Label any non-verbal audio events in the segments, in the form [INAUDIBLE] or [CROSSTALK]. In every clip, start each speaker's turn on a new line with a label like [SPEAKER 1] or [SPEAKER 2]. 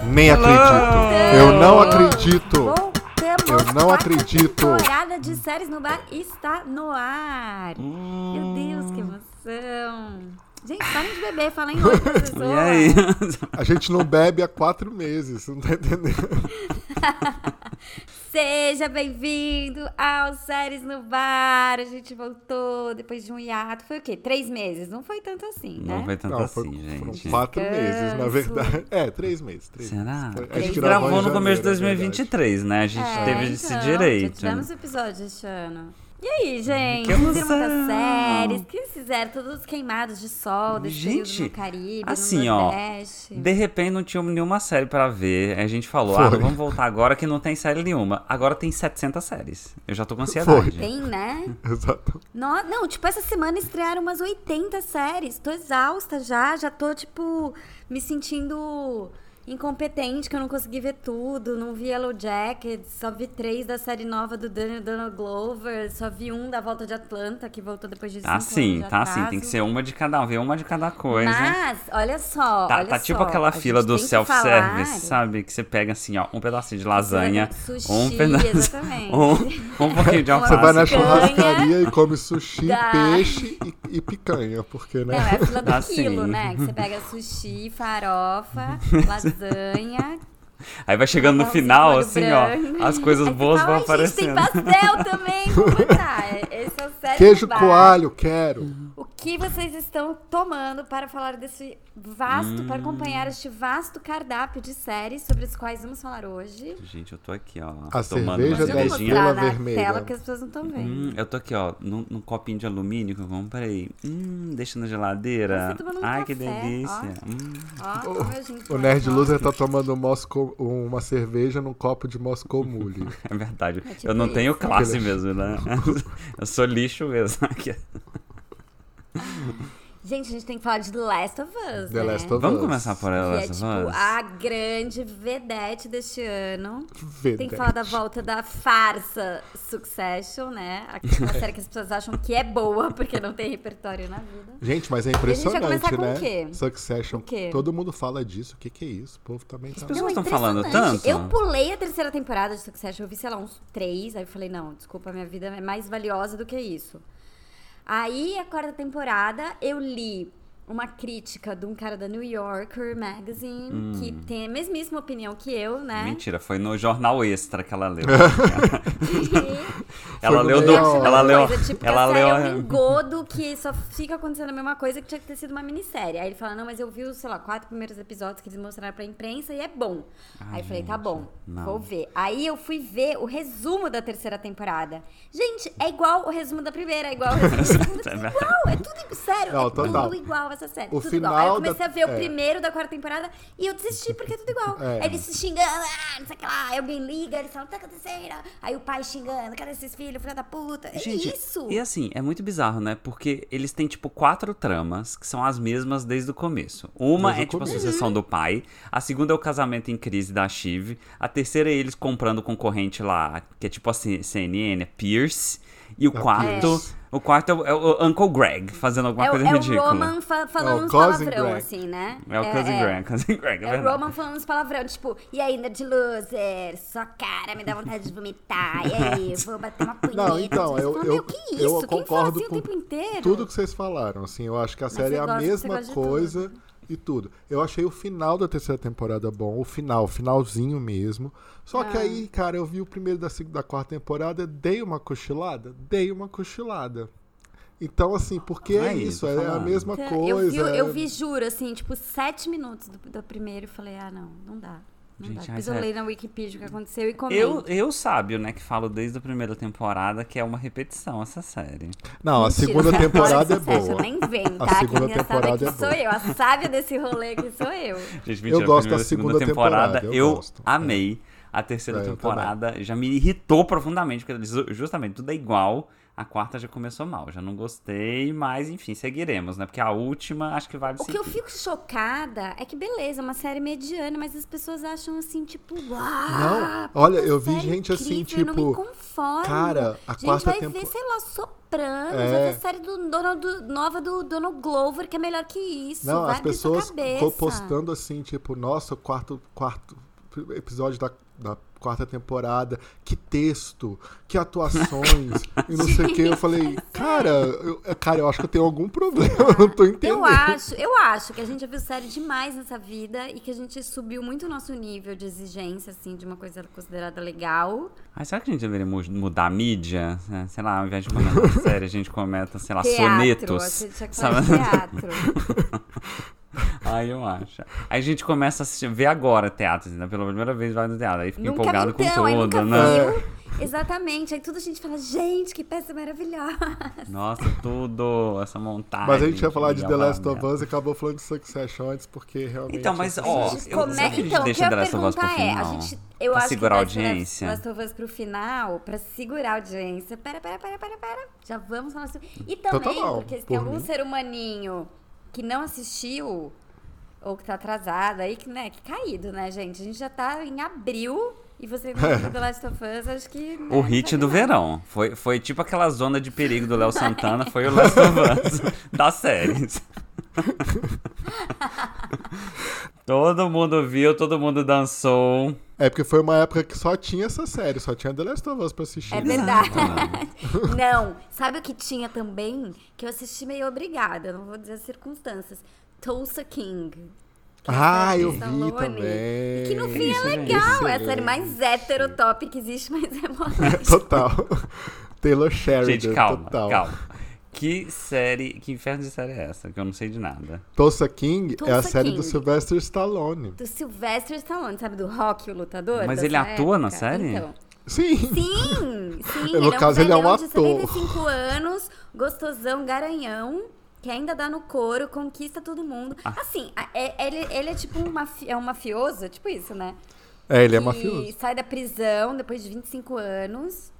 [SPEAKER 1] também acredito. Eu não acredito.
[SPEAKER 2] Voltamos.
[SPEAKER 1] Eu não
[SPEAKER 2] Quarta
[SPEAKER 1] acredito.
[SPEAKER 2] temporada de séries no bar está no ar. Meu
[SPEAKER 1] Hum.
[SPEAKER 2] Deus, que emoção. Gente, parem de beber, falem oi pra
[SPEAKER 1] [LAUGHS]
[SPEAKER 2] pessoa.
[SPEAKER 3] E aí?
[SPEAKER 1] A gente não bebe há quatro meses, você não tá entendendo?
[SPEAKER 2] Seja bem-vindo ao Séries no Bar. A gente voltou depois de um hiato. Foi o quê? Três meses? Não foi tanto assim, né?
[SPEAKER 3] [LAUGHS] Não vai tanto
[SPEAKER 1] Não,
[SPEAKER 3] assim,
[SPEAKER 1] foi-
[SPEAKER 3] gente.
[SPEAKER 1] foram quatro meses, na
[SPEAKER 2] Descanso.
[SPEAKER 1] verdade. É, três meses. Três
[SPEAKER 3] Será?
[SPEAKER 1] meses.
[SPEAKER 3] A gente
[SPEAKER 2] gente
[SPEAKER 1] gravou
[SPEAKER 3] gravou
[SPEAKER 1] em
[SPEAKER 3] no começo
[SPEAKER 1] janeiro,
[SPEAKER 3] de
[SPEAKER 1] é verdade.
[SPEAKER 3] 2023, né? A gente
[SPEAKER 2] É,
[SPEAKER 3] teve esse
[SPEAKER 2] então, Já
[SPEAKER 3] direito.
[SPEAKER 2] tivemos episódio este ano. E aí, gente?
[SPEAKER 3] Que é
[SPEAKER 2] Viram muitas
[SPEAKER 3] emoção!
[SPEAKER 2] séries? O que vocês fizeram? Todos queimados de sol, desse
[SPEAKER 3] Gente,
[SPEAKER 2] período no Caribe,
[SPEAKER 3] assim,
[SPEAKER 2] no
[SPEAKER 3] ó,
[SPEAKER 2] Nordeste.
[SPEAKER 3] De repente não tinha nenhuma série pra ver. Aí A gente falou,
[SPEAKER 1] Foi.
[SPEAKER 3] ah, vamos voltar agora que não tem série nenhuma. Agora tem 700 séries. Eu já tô com ansiedade.
[SPEAKER 2] Tem, né?
[SPEAKER 1] Exato.
[SPEAKER 2] No- não, tipo, essa semana estrearam umas 80 séries. Tô exausta já, já tô, tipo, me sentindo incompetente, que eu não consegui ver tudo. Não vi Yellow Jackets, só vi três da série nova do Daniel Donald Glover, só vi um da Volta de Atlanta, que voltou depois de cinco
[SPEAKER 3] Tá sim,
[SPEAKER 2] anos de
[SPEAKER 3] tá sim. Tem
[SPEAKER 2] atraso.
[SPEAKER 3] que ser uma de cada um, ver uma de cada coisa.
[SPEAKER 2] Mas, olha só.
[SPEAKER 3] Tá,
[SPEAKER 2] olha
[SPEAKER 3] tá tipo
[SPEAKER 2] só,
[SPEAKER 3] aquela
[SPEAKER 2] a
[SPEAKER 3] fila
[SPEAKER 2] gente
[SPEAKER 3] do
[SPEAKER 2] tem que
[SPEAKER 3] self-service,
[SPEAKER 2] falar-
[SPEAKER 3] sabe? Que você pega assim, ó, um pedacinho de lasanha,
[SPEAKER 2] Sushi,
[SPEAKER 3] um pedaço,
[SPEAKER 2] exatamente.
[SPEAKER 3] [LAUGHS] um, um pouquinho
[SPEAKER 2] [LAUGHS]
[SPEAKER 3] de alface.
[SPEAKER 1] Você vai na
[SPEAKER 2] picanha.
[SPEAKER 1] churrascaria e come sushi,
[SPEAKER 2] Dá.
[SPEAKER 1] peixe e, e picanha, porque,
[SPEAKER 2] Não,
[SPEAKER 1] né?
[SPEAKER 2] é a fila
[SPEAKER 3] [LAUGHS]
[SPEAKER 2] do
[SPEAKER 3] Ah,
[SPEAKER 2] quilo,
[SPEAKER 3] sim.
[SPEAKER 2] né? Que você pega
[SPEAKER 3] [LAUGHS]
[SPEAKER 2] sushi, farofa, lasanha.
[SPEAKER 3] Aí vai chegando no
[SPEAKER 2] arroz
[SPEAKER 3] final,
[SPEAKER 2] com molho
[SPEAKER 3] assim,
[SPEAKER 2] branco. É
[SPEAKER 3] ó, as coisas
[SPEAKER 2] Aí você
[SPEAKER 3] boas
[SPEAKER 2] fala,
[SPEAKER 3] vão
[SPEAKER 2] "Ai,
[SPEAKER 3] aparecendo.
[SPEAKER 2] Gente, tem pastel
[SPEAKER 3] [LAUGHS]
[SPEAKER 2] também, vou matar. Esse é o sério
[SPEAKER 1] [LAUGHS] Queijo
[SPEAKER 2] do bar.
[SPEAKER 1] coalho, quero.
[SPEAKER 2] O que vocês estão tomando para falar desse vasto,
[SPEAKER 3] Hum.
[SPEAKER 2] para acompanhar este vasto cardápio de séries sobre os quais vamos falar hoje?
[SPEAKER 3] Gente, eu tô aqui, ó,
[SPEAKER 1] A cerveja
[SPEAKER 3] tomando uma
[SPEAKER 1] da
[SPEAKER 2] Mas eu vou
[SPEAKER 3] cervejinha.
[SPEAKER 1] Estrela
[SPEAKER 2] mostrar na
[SPEAKER 1] Vermelha.
[SPEAKER 2] tela porque as pessoas não estão vendo.
[SPEAKER 3] Hum, eu tô aqui, ó, num, num copinho de alumínio que eu comprei. Hum, deixa na
[SPEAKER 2] Você
[SPEAKER 3] geladeira.
[SPEAKER 2] tá tomando um
[SPEAKER 3] Ai, que
[SPEAKER 2] café,
[SPEAKER 3] delícia. Hum.
[SPEAKER 2] Ó, como a gente
[SPEAKER 1] O
[SPEAKER 2] vai
[SPEAKER 1] Nerd
[SPEAKER 2] tomar.
[SPEAKER 1] Loser tá tomando Moscou- uma cerveja num copo de Moscou Mule.
[SPEAKER 3] [LAUGHS] É verdade.
[SPEAKER 2] tipo
[SPEAKER 3] eu não tenho
[SPEAKER 2] isso.
[SPEAKER 3] classe mesmo, né? [LAUGHS] Eu sou lixo mesmo.
[SPEAKER 2] Gente, a gente tem que falar de The Last of Us.
[SPEAKER 1] The
[SPEAKER 2] né?
[SPEAKER 1] Last of
[SPEAKER 3] Vamos
[SPEAKER 1] Us.
[SPEAKER 3] começar por
[SPEAKER 2] Que
[SPEAKER 3] ela,
[SPEAKER 2] é tipo
[SPEAKER 3] Savan?
[SPEAKER 2] a grande vedete deste ano.
[SPEAKER 1] Vedete.
[SPEAKER 2] Tem que falar da volta da farsa Succession, né?
[SPEAKER 3] [LAUGHS]
[SPEAKER 2] Aquela série que as pessoas acham que é boa, porque não tem repertório na vida.
[SPEAKER 1] Gente, mas é
[SPEAKER 2] vai
[SPEAKER 1] impressionante,
[SPEAKER 2] começar com
[SPEAKER 1] né?
[SPEAKER 2] o quê?
[SPEAKER 1] Succession.
[SPEAKER 2] O quê?
[SPEAKER 1] Todo mundo fala disso. O que, que é isso? O povo também tá.
[SPEAKER 3] pessoas-
[SPEAKER 2] Não, é
[SPEAKER 3] estão falando
[SPEAKER 2] impressionante.
[SPEAKER 3] tanto?
[SPEAKER 2] Eu pulei a terceira temporada de Succession, eu vi, sei lá, uns três, aí eu falei, não, desculpa, minha vida é mais valiosa do que isso. Aí, a quarta temporada, eu li uma crítica de um cara da New Yorker Magazine, que
[SPEAKER 3] Hum.
[SPEAKER 2] tem a mesmíssima opinião que eu, né?
[SPEAKER 3] Mentira, foi no jornal extra que ela leu.
[SPEAKER 1] [LAUGHS]
[SPEAKER 2] E-
[SPEAKER 3] ela
[SPEAKER 1] no
[SPEAKER 3] leu do.
[SPEAKER 1] meio-
[SPEAKER 3] Ela leu.
[SPEAKER 2] Coisa, tipo, que
[SPEAKER 3] Ela
[SPEAKER 2] a série é
[SPEAKER 3] [LAUGHS]
[SPEAKER 2] um
[SPEAKER 3] leu.
[SPEAKER 2] engodo que só fica acontecendo a mesma coisa que tinha que ter sido uma minissérie. Aí ele fala, não, mas eu vi os, sei lá, quatro primeiros episódios que eles mostraram pra imprensa e é bom. Aí eu falei, tá bom,
[SPEAKER 3] não.
[SPEAKER 2] vou ver. Aí eu fui ver o resumo da terceira temporada. Gente, é igual o resumo da primeira, é igual
[SPEAKER 3] [LAUGHS]
[SPEAKER 2] o resumo da segunda, é igual, é tudo sério,
[SPEAKER 1] Não,
[SPEAKER 2] é
[SPEAKER 1] total.
[SPEAKER 2] tudo igual essa série,
[SPEAKER 1] O
[SPEAKER 2] tudo igual. Aí eu
[SPEAKER 1] final da-
[SPEAKER 2] comecei a ver o
[SPEAKER 1] é.
[SPEAKER 2] primeiro da quarta temporada e eu desisti porque é tudo igual.
[SPEAKER 1] É.
[SPEAKER 2] Aí eles se xingando, ah, não sei o que lá, aí alguém liga, eles falam, tá acontecendo? Aí o pai xingando, cadê esses filhos, filha da puta?
[SPEAKER 3] Gente,
[SPEAKER 2] é isso!
[SPEAKER 3] e assim, é muito bizarro, né? Porque eles têm, tipo, quatro tramas que são as mesmas desde o começo. Uma
[SPEAKER 1] Desde
[SPEAKER 3] é,
[SPEAKER 1] o
[SPEAKER 3] tipo,
[SPEAKER 1] começo.
[SPEAKER 3] a sucessão do pai. A segunda é o casamento em crise da Shiv. A terceira é eles comprando o concorrente lá, que é tipo a C- CNN, é Pierce. E o
[SPEAKER 1] É,
[SPEAKER 3] quarto...
[SPEAKER 1] Pierce.
[SPEAKER 3] O quarto é o, é o Uncle Greg fazendo alguma
[SPEAKER 2] É, o-
[SPEAKER 3] coisa
[SPEAKER 2] é o
[SPEAKER 3] ridícula.
[SPEAKER 2] Roman fa- falando
[SPEAKER 1] É o
[SPEAKER 2] uns
[SPEAKER 1] Cousin
[SPEAKER 2] palavrão,
[SPEAKER 1] Greg.
[SPEAKER 2] assim, né?
[SPEAKER 3] É o Cousin Greg. [LAUGHS] Cousin Greg, é
[SPEAKER 2] É o
[SPEAKER 3] verdade.
[SPEAKER 2] Roman falando uns palavrão, tipo, e aí, nerd loser, sua cara me dá vontade de vomitar, e aí, eu vou bater uma punheta.
[SPEAKER 1] Não, então,
[SPEAKER 2] Você
[SPEAKER 1] eu,
[SPEAKER 2] fala,
[SPEAKER 1] eu,
[SPEAKER 2] "Meu, que isso?
[SPEAKER 1] eu
[SPEAKER 2] Quem
[SPEAKER 1] concordo
[SPEAKER 2] fala assim
[SPEAKER 1] com
[SPEAKER 2] o tempo inteiro?
[SPEAKER 1] tudo que vocês falaram. Assim, eu acho que a série é
[SPEAKER 2] você
[SPEAKER 1] a
[SPEAKER 2] gosta- você
[SPEAKER 1] mesma
[SPEAKER 2] gosta de
[SPEAKER 1] coisa e tudo. Eu achei o final da terceira temporada bom, o final, o finalzinho mesmo. Só
[SPEAKER 2] Ah.
[SPEAKER 1] que aí, cara, eu vi o primeiro da, segunda, da quarta temporada, dei uma cochilada, dei uma cochilada. Então, assim, porque é
[SPEAKER 3] Aí, tô
[SPEAKER 1] isso, é a
[SPEAKER 3] falando.
[SPEAKER 1] mesma
[SPEAKER 2] Então, eu,
[SPEAKER 1] coisa.
[SPEAKER 2] vi, eu
[SPEAKER 1] é-
[SPEAKER 2] vi, juro, assim, tipo, sete minutos do, do primeiro e falei, ah, não, não dá. Não
[SPEAKER 3] Gente,
[SPEAKER 2] dá.
[SPEAKER 3] ai,
[SPEAKER 2] Depois eu
[SPEAKER 3] sério.
[SPEAKER 2] leio na Wikipedia o que aconteceu e comento.
[SPEAKER 3] Eu, eu sábio, né, que falo desde a primeira temporada que é uma repetição essa série.
[SPEAKER 1] Não, a
[SPEAKER 2] Mentira,
[SPEAKER 1] segunda
[SPEAKER 2] essa
[SPEAKER 1] temporada é
[SPEAKER 2] hora de sucesso
[SPEAKER 1] boa.
[SPEAKER 2] Nem vem,
[SPEAKER 1] A
[SPEAKER 2] tá?
[SPEAKER 1] segunda
[SPEAKER 2] Quem é sábio
[SPEAKER 1] temporada
[SPEAKER 2] aqui
[SPEAKER 1] é
[SPEAKER 2] sou
[SPEAKER 1] boa.
[SPEAKER 2] eu. A sábia desse rolê aqui sou eu.
[SPEAKER 3] Gente,
[SPEAKER 1] Eu
[SPEAKER 3] a
[SPEAKER 1] gosto
[SPEAKER 3] primeira
[SPEAKER 1] da
[SPEAKER 3] e
[SPEAKER 1] segunda temporada, eu
[SPEAKER 3] eu,
[SPEAKER 1] gosto.
[SPEAKER 3] amei. A terceira
[SPEAKER 1] É, eu
[SPEAKER 3] temporada já me irritou profundamente, porque eles, justamente tudo é igual. A quarta já começou mal, já não gostei, mas enfim, seguiremos, né? Porque a última acho que vale
[SPEAKER 2] O que eu
[SPEAKER 3] seguir.
[SPEAKER 2] fico chocada é que, beleza, é uma série mediana, mas as pessoas acham assim, tipo, uau!
[SPEAKER 1] Não, olha,
[SPEAKER 2] puta
[SPEAKER 1] eu vi
[SPEAKER 2] série
[SPEAKER 1] gente assim,
[SPEAKER 2] incrível, Eu não me
[SPEAKER 1] tipo,
[SPEAKER 2] conformo.
[SPEAKER 1] cara, a
[SPEAKER 2] gente
[SPEAKER 1] quarta
[SPEAKER 2] vai
[SPEAKER 1] tempo-
[SPEAKER 2] ver, sei lá, Sopranos,
[SPEAKER 1] É.
[SPEAKER 2] vai ver a série do Donald, nova do Donald Glover, que é melhor que isso.
[SPEAKER 1] Não,
[SPEAKER 2] vai
[SPEAKER 1] as
[SPEAKER 2] abrir sua
[SPEAKER 1] pessoas
[SPEAKER 2] cabeça.
[SPEAKER 1] co- postando assim, tipo, nossa, quarto, quarto, episódio da, da quarta temporada, que texto, que
[SPEAKER 2] [LAUGHS]
[SPEAKER 1] atuações, e não sei o que. Eu
[SPEAKER 2] é.
[SPEAKER 1] falei, cara, eu, é, cara, eu acho que eu tenho algum problema, eu não tô entendendo.
[SPEAKER 2] Eu acho, eu acho que a gente já viu série demais nessa vida e que a gente subiu muito o nosso nível de exigência, assim, de uma coisa considerada legal.
[SPEAKER 3] Ai, será que a gente deveria mu- mudar a mídia? É, Sei lá, ao invés de comentar uma [LAUGHS] série, a gente comenta, sei lá,
[SPEAKER 2] teatro, a
[SPEAKER 3] sonetos.
[SPEAKER 2] gente tinha que falar
[SPEAKER 3] sabe? [LAUGHS]
[SPEAKER 2] de teatro.
[SPEAKER 3] Aí eu acho. Aí a gente começa a assistir- ver agora teatro, assim, né? pela primeira vez vai no teatro. Aí fica
[SPEAKER 2] nunca
[SPEAKER 3] empolgado
[SPEAKER 2] então,
[SPEAKER 3] com
[SPEAKER 2] aí
[SPEAKER 3] tudo,
[SPEAKER 2] nunca
[SPEAKER 3] né?
[SPEAKER 2] viu. Exatamente, aí tudo a gente fala, gente, que peça maravilhosa.
[SPEAKER 3] Nossa, tudo, essa montagem.
[SPEAKER 1] Mas a gente ia falar de
[SPEAKER 3] que
[SPEAKER 1] The Last of
[SPEAKER 3] maravilha.
[SPEAKER 1] Us e acabou falando de Succession antes, porque realmente.
[SPEAKER 3] é Então, mas,
[SPEAKER 1] assim,
[SPEAKER 3] ó,
[SPEAKER 2] Gente,
[SPEAKER 3] eu-
[SPEAKER 2] como
[SPEAKER 3] será
[SPEAKER 2] é-
[SPEAKER 3] que a gente
[SPEAKER 2] então, o que
[SPEAKER 3] deixa
[SPEAKER 2] eu
[SPEAKER 3] The Last of Us pro
[SPEAKER 2] perguntar é, a
[SPEAKER 3] final?
[SPEAKER 2] gente, eu
[SPEAKER 3] Pra
[SPEAKER 2] acho
[SPEAKER 3] segurar
[SPEAKER 2] que
[SPEAKER 3] a
[SPEAKER 2] vai ser
[SPEAKER 3] audiência?
[SPEAKER 2] Last of Us pro final, pra segurar a audiência. Pera, pera, pera, pera, pera. Já vamos falar sobre... E também,
[SPEAKER 1] Total,
[SPEAKER 2] porque se
[SPEAKER 1] por
[SPEAKER 2] tem algum
[SPEAKER 1] mim.
[SPEAKER 2] ser humaninho que não assistiu, ou que tá atrasado, aí que, né, que caído, né, gente? A gente já tá em abril... E você não viu The Last of Us, acho que... né,
[SPEAKER 3] O hit
[SPEAKER 2] não
[SPEAKER 3] do
[SPEAKER 2] vai dar.
[SPEAKER 3] verão. Foi, foi tipo aquela zona de perigo do Léo Santana, foi o Last of Us [LAUGHS] das séries. [LAUGHS] todo mundo viu, todo mundo dançou.
[SPEAKER 1] É porque foi uma época que só tinha essa série, só tinha The Last of Us pra assistir.
[SPEAKER 2] É verdade. [LAUGHS] Não, sabe o que tinha também? Que eu assisti meio obrigada, não vou dizer as circunstâncias. Tulsa King. que é a
[SPEAKER 1] Ah,
[SPEAKER 2] série
[SPEAKER 1] eu
[SPEAKER 2] de
[SPEAKER 1] vi
[SPEAKER 2] Stallone,
[SPEAKER 1] também.
[SPEAKER 2] E que no
[SPEAKER 1] [LAUGHS]
[SPEAKER 2] fim é
[SPEAKER 3] Isso, gente.
[SPEAKER 2] legal. É a
[SPEAKER 1] Excelente.
[SPEAKER 3] né?
[SPEAKER 2] série mais heterotop que existe, [LAUGHS] mas é mó
[SPEAKER 3] [LAUGHS]
[SPEAKER 1] Total. Taylor Sheridan.
[SPEAKER 3] Gente, calma,
[SPEAKER 1] total.
[SPEAKER 3] calma. Que série, que inferno de série é essa? Que eu não sei de nada.
[SPEAKER 1] Tulsa King é a
[SPEAKER 2] Tulsa
[SPEAKER 1] série do
[SPEAKER 2] King.
[SPEAKER 1] Sylvester Stallone.
[SPEAKER 2] Do Sylvester Stallone, sabe? Do rock, o lutador.
[SPEAKER 3] Mas
[SPEAKER 2] dessa
[SPEAKER 3] ele atua na
[SPEAKER 2] época.
[SPEAKER 3] série?
[SPEAKER 2] Então,
[SPEAKER 1] Sim.
[SPEAKER 2] Sim, sim.
[SPEAKER 1] [LAUGHS] No
[SPEAKER 2] ele é um
[SPEAKER 1] caso, ele é um
[SPEAKER 2] velhão
[SPEAKER 1] ator.
[SPEAKER 2] de 75 anos, gostosão, garanhão, que ainda dá no couro, conquista todo mundo.
[SPEAKER 3] Ah.
[SPEAKER 2] Assim, a- é- ele, ele é tipo um, mafi é um mafioso, tipo isso, né?
[SPEAKER 1] É, ele é
[SPEAKER 2] que
[SPEAKER 1] mafioso.
[SPEAKER 2] sai da prisão depois de 25 anos,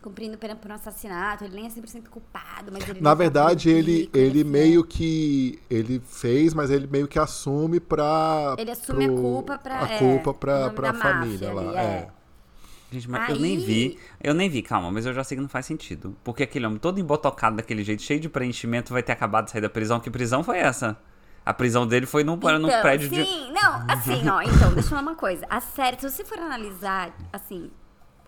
[SPEAKER 2] cumprindo pena por um assassinato. Ele nem é 100% culpado, mas ele...
[SPEAKER 1] Na
[SPEAKER 2] não tá
[SPEAKER 1] verdade,
[SPEAKER 2] muito
[SPEAKER 1] ele,
[SPEAKER 2] rico,
[SPEAKER 1] ele
[SPEAKER 2] né?
[SPEAKER 1] meio que. Ele fez, mas ele meio que assume pra.
[SPEAKER 2] Ele assume
[SPEAKER 1] pro-
[SPEAKER 2] a culpa pra...
[SPEAKER 1] A
[SPEAKER 2] é,
[SPEAKER 1] culpa
[SPEAKER 2] o
[SPEAKER 1] pra,
[SPEAKER 2] nome
[SPEAKER 1] pra
[SPEAKER 2] da
[SPEAKER 1] família
[SPEAKER 2] máfia
[SPEAKER 1] lá.
[SPEAKER 2] ali,
[SPEAKER 1] é.
[SPEAKER 3] Gente, mas eu nem
[SPEAKER 2] Aí-
[SPEAKER 3] vi. Eu nem vi, calma, mas eu já sei que não faz sentido. Porque aquele homem todo embotocado daquele jeito, cheio de preenchimento, vai ter acabado de sair da prisão. Que prisão foi essa? A prisão dele foi num, era num
[SPEAKER 2] Então,
[SPEAKER 3] prédio de.
[SPEAKER 2] sim, não,
[SPEAKER 3] [LAUGHS]
[SPEAKER 2] assim, ó, então, deixa eu falar uma coisa. A série, se você for analisar, assim,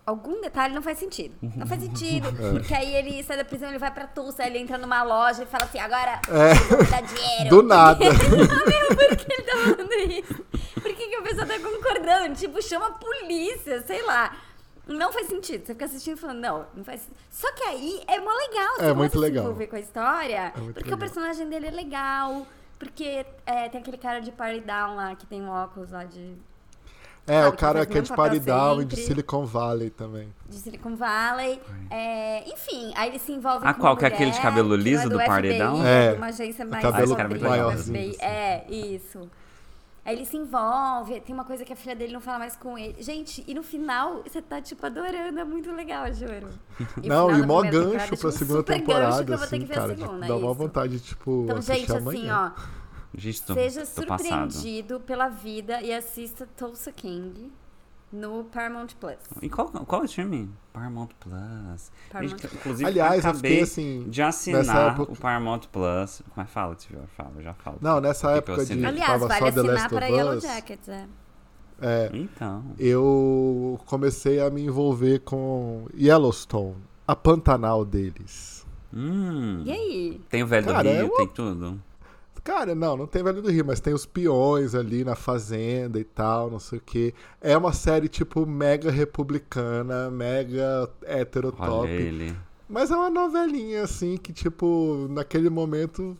[SPEAKER 2] algum detalhe não faz sentido.
[SPEAKER 3] Uhum.
[SPEAKER 2] Não faz sentido,
[SPEAKER 3] É.
[SPEAKER 2] porque aí ele sai da prisão, ele vai pra Tulsa, ele entra numa loja e fala assim, agora
[SPEAKER 3] É.
[SPEAKER 2] eu vou dar dinheiro.
[SPEAKER 1] Do nada.
[SPEAKER 2] Meu, por que [LAUGHS] ele tá falando isso? Por que, que a pessoa tá concordando? Tipo, chama a polícia, sei lá. Não faz sentido. Você fica assistindo e falando, não, não faz sentido. Só que aí é mó legal. Você
[SPEAKER 1] É muito
[SPEAKER 2] começa a
[SPEAKER 1] legal.
[SPEAKER 2] Se envolver com a história.
[SPEAKER 1] muito
[SPEAKER 2] porque
[SPEAKER 1] legal.
[SPEAKER 2] o personagem dele é legal. Porque é, tem aquele cara de Party Down lá, que tem um óculos lá de,
[SPEAKER 1] [LAUGHS] É,
[SPEAKER 2] Sabe
[SPEAKER 1] o
[SPEAKER 2] que
[SPEAKER 1] cara
[SPEAKER 2] faz
[SPEAKER 1] que é de
[SPEAKER 2] o mesmo papel
[SPEAKER 1] Paridal e de
[SPEAKER 2] sempre.
[SPEAKER 1] Silicon Valley também.
[SPEAKER 2] de Silicon Valley. É, enfim, aí ele se envolve
[SPEAKER 3] Ah,
[SPEAKER 2] com
[SPEAKER 3] qual
[SPEAKER 2] uma
[SPEAKER 3] que é aquele de
[SPEAKER 2] mulher
[SPEAKER 3] cabelo
[SPEAKER 2] que não
[SPEAKER 3] liso
[SPEAKER 2] é
[SPEAKER 3] do
[SPEAKER 2] FBI,
[SPEAKER 3] Party Down?
[SPEAKER 1] É,
[SPEAKER 2] É, de uma agência mais
[SPEAKER 1] cabelo
[SPEAKER 3] Ah, esse cara é muito
[SPEAKER 2] sombria do
[SPEAKER 1] maiorzinho,
[SPEAKER 2] FBI.
[SPEAKER 1] assim.
[SPEAKER 2] É, isso. Aí ele se envolve, tem uma coisa que a filha dele não fala mais com ele. Gente, e no final você tá, tipo, adorando, é muito legal, juro. o
[SPEAKER 1] Não,
[SPEAKER 2] final
[SPEAKER 1] e
[SPEAKER 2] da
[SPEAKER 1] mó
[SPEAKER 2] primeira
[SPEAKER 1] gancho
[SPEAKER 2] temporada,
[SPEAKER 1] pra
[SPEAKER 2] tipo, um
[SPEAKER 1] segunda
[SPEAKER 2] super
[SPEAKER 1] temporada,
[SPEAKER 2] gancho que eu vou ter
[SPEAKER 1] assim,
[SPEAKER 2] que ver
[SPEAKER 1] cara.
[SPEAKER 2] a segunda, é
[SPEAKER 1] de- dá uma
[SPEAKER 2] isso.
[SPEAKER 1] vontade, tipo,
[SPEAKER 2] Então,
[SPEAKER 1] assistir
[SPEAKER 2] gente, assim,
[SPEAKER 1] amanhã.
[SPEAKER 2] ó,
[SPEAKER 3] Gente, tô,
[SPEAKER 2] seja
[SPEAKER 3] tô passado.
[SPEAKER 2] surpreendido pela vida e assista Tulsa King no Paramount Plus.
[SPEAKER 3] E qual, qual é o time? Paramount Plus.
[SPEAKER 2] Paramount
[SPEAKER 3] Gente,
[SPEAKER 2] Plus.
[SPEAKER 3] inclusive,
[SPEAKER 1] Aliás, eu
[SPEAKER 3] acabei
[SPEAKER 1] fiquei assim.
[SPEAKER 3] de
[SPEAKER 1] nessa
[SPEAKER 3] assinar
[SPEAKER 1] época-
[SPEAKER 3] o Paramount Plus. Mas fala, Tivior, fala, já falo.
[SPEAKER 1] Não, né? nessa
[SPEAKER 3] Que que eu
[SPEAKER 1] época de.
[SPEAKER 3] assinei?
[SPEAKER 2] Aliás,
[SPEAKER 1] tava
[SPEAKER 2] vale
[SPEAKER 1] só The
[SPEAKER 2] assinar
[SPEAKER 1] Last
[SPEAKER 2] para
[SPEAKER 1] of
[SPEAKER 2] Yellow
[SPEAKER 1] Us, Hum.
[SPEAKER 2] Jackets, é.
[SPEAKER 3] Então.
[SPEAKER 1] eu comecei a me envolver com Yellowstone, a Pantanal deles.
[SPEAKER 3] Hum.
[SPEAKER 2] E aí?
[SPEAKER 3] Tem o velho
[SPEAKER 1] Cara,
[SPEAKER 3] do
[SPEAKER 1] é
[SPEAKER 3] Rio,
[SPEAKER 1] uma-
[SPEAKER 3] tem tudo.
[SPEAKER 1] Cara, não, não tem Velho do Rio, mas tem os peões ali na fazenda e tal, não sei o quê. É uma série, tipo, mega republicana, mega
[SPEAKER 3] Olha
[SPEAKER 1] heterotop.
[SPEAKER 3] ele.
[SPEAKER 1] Mas é uma novelinha, assim, que, tipo, naquele momento.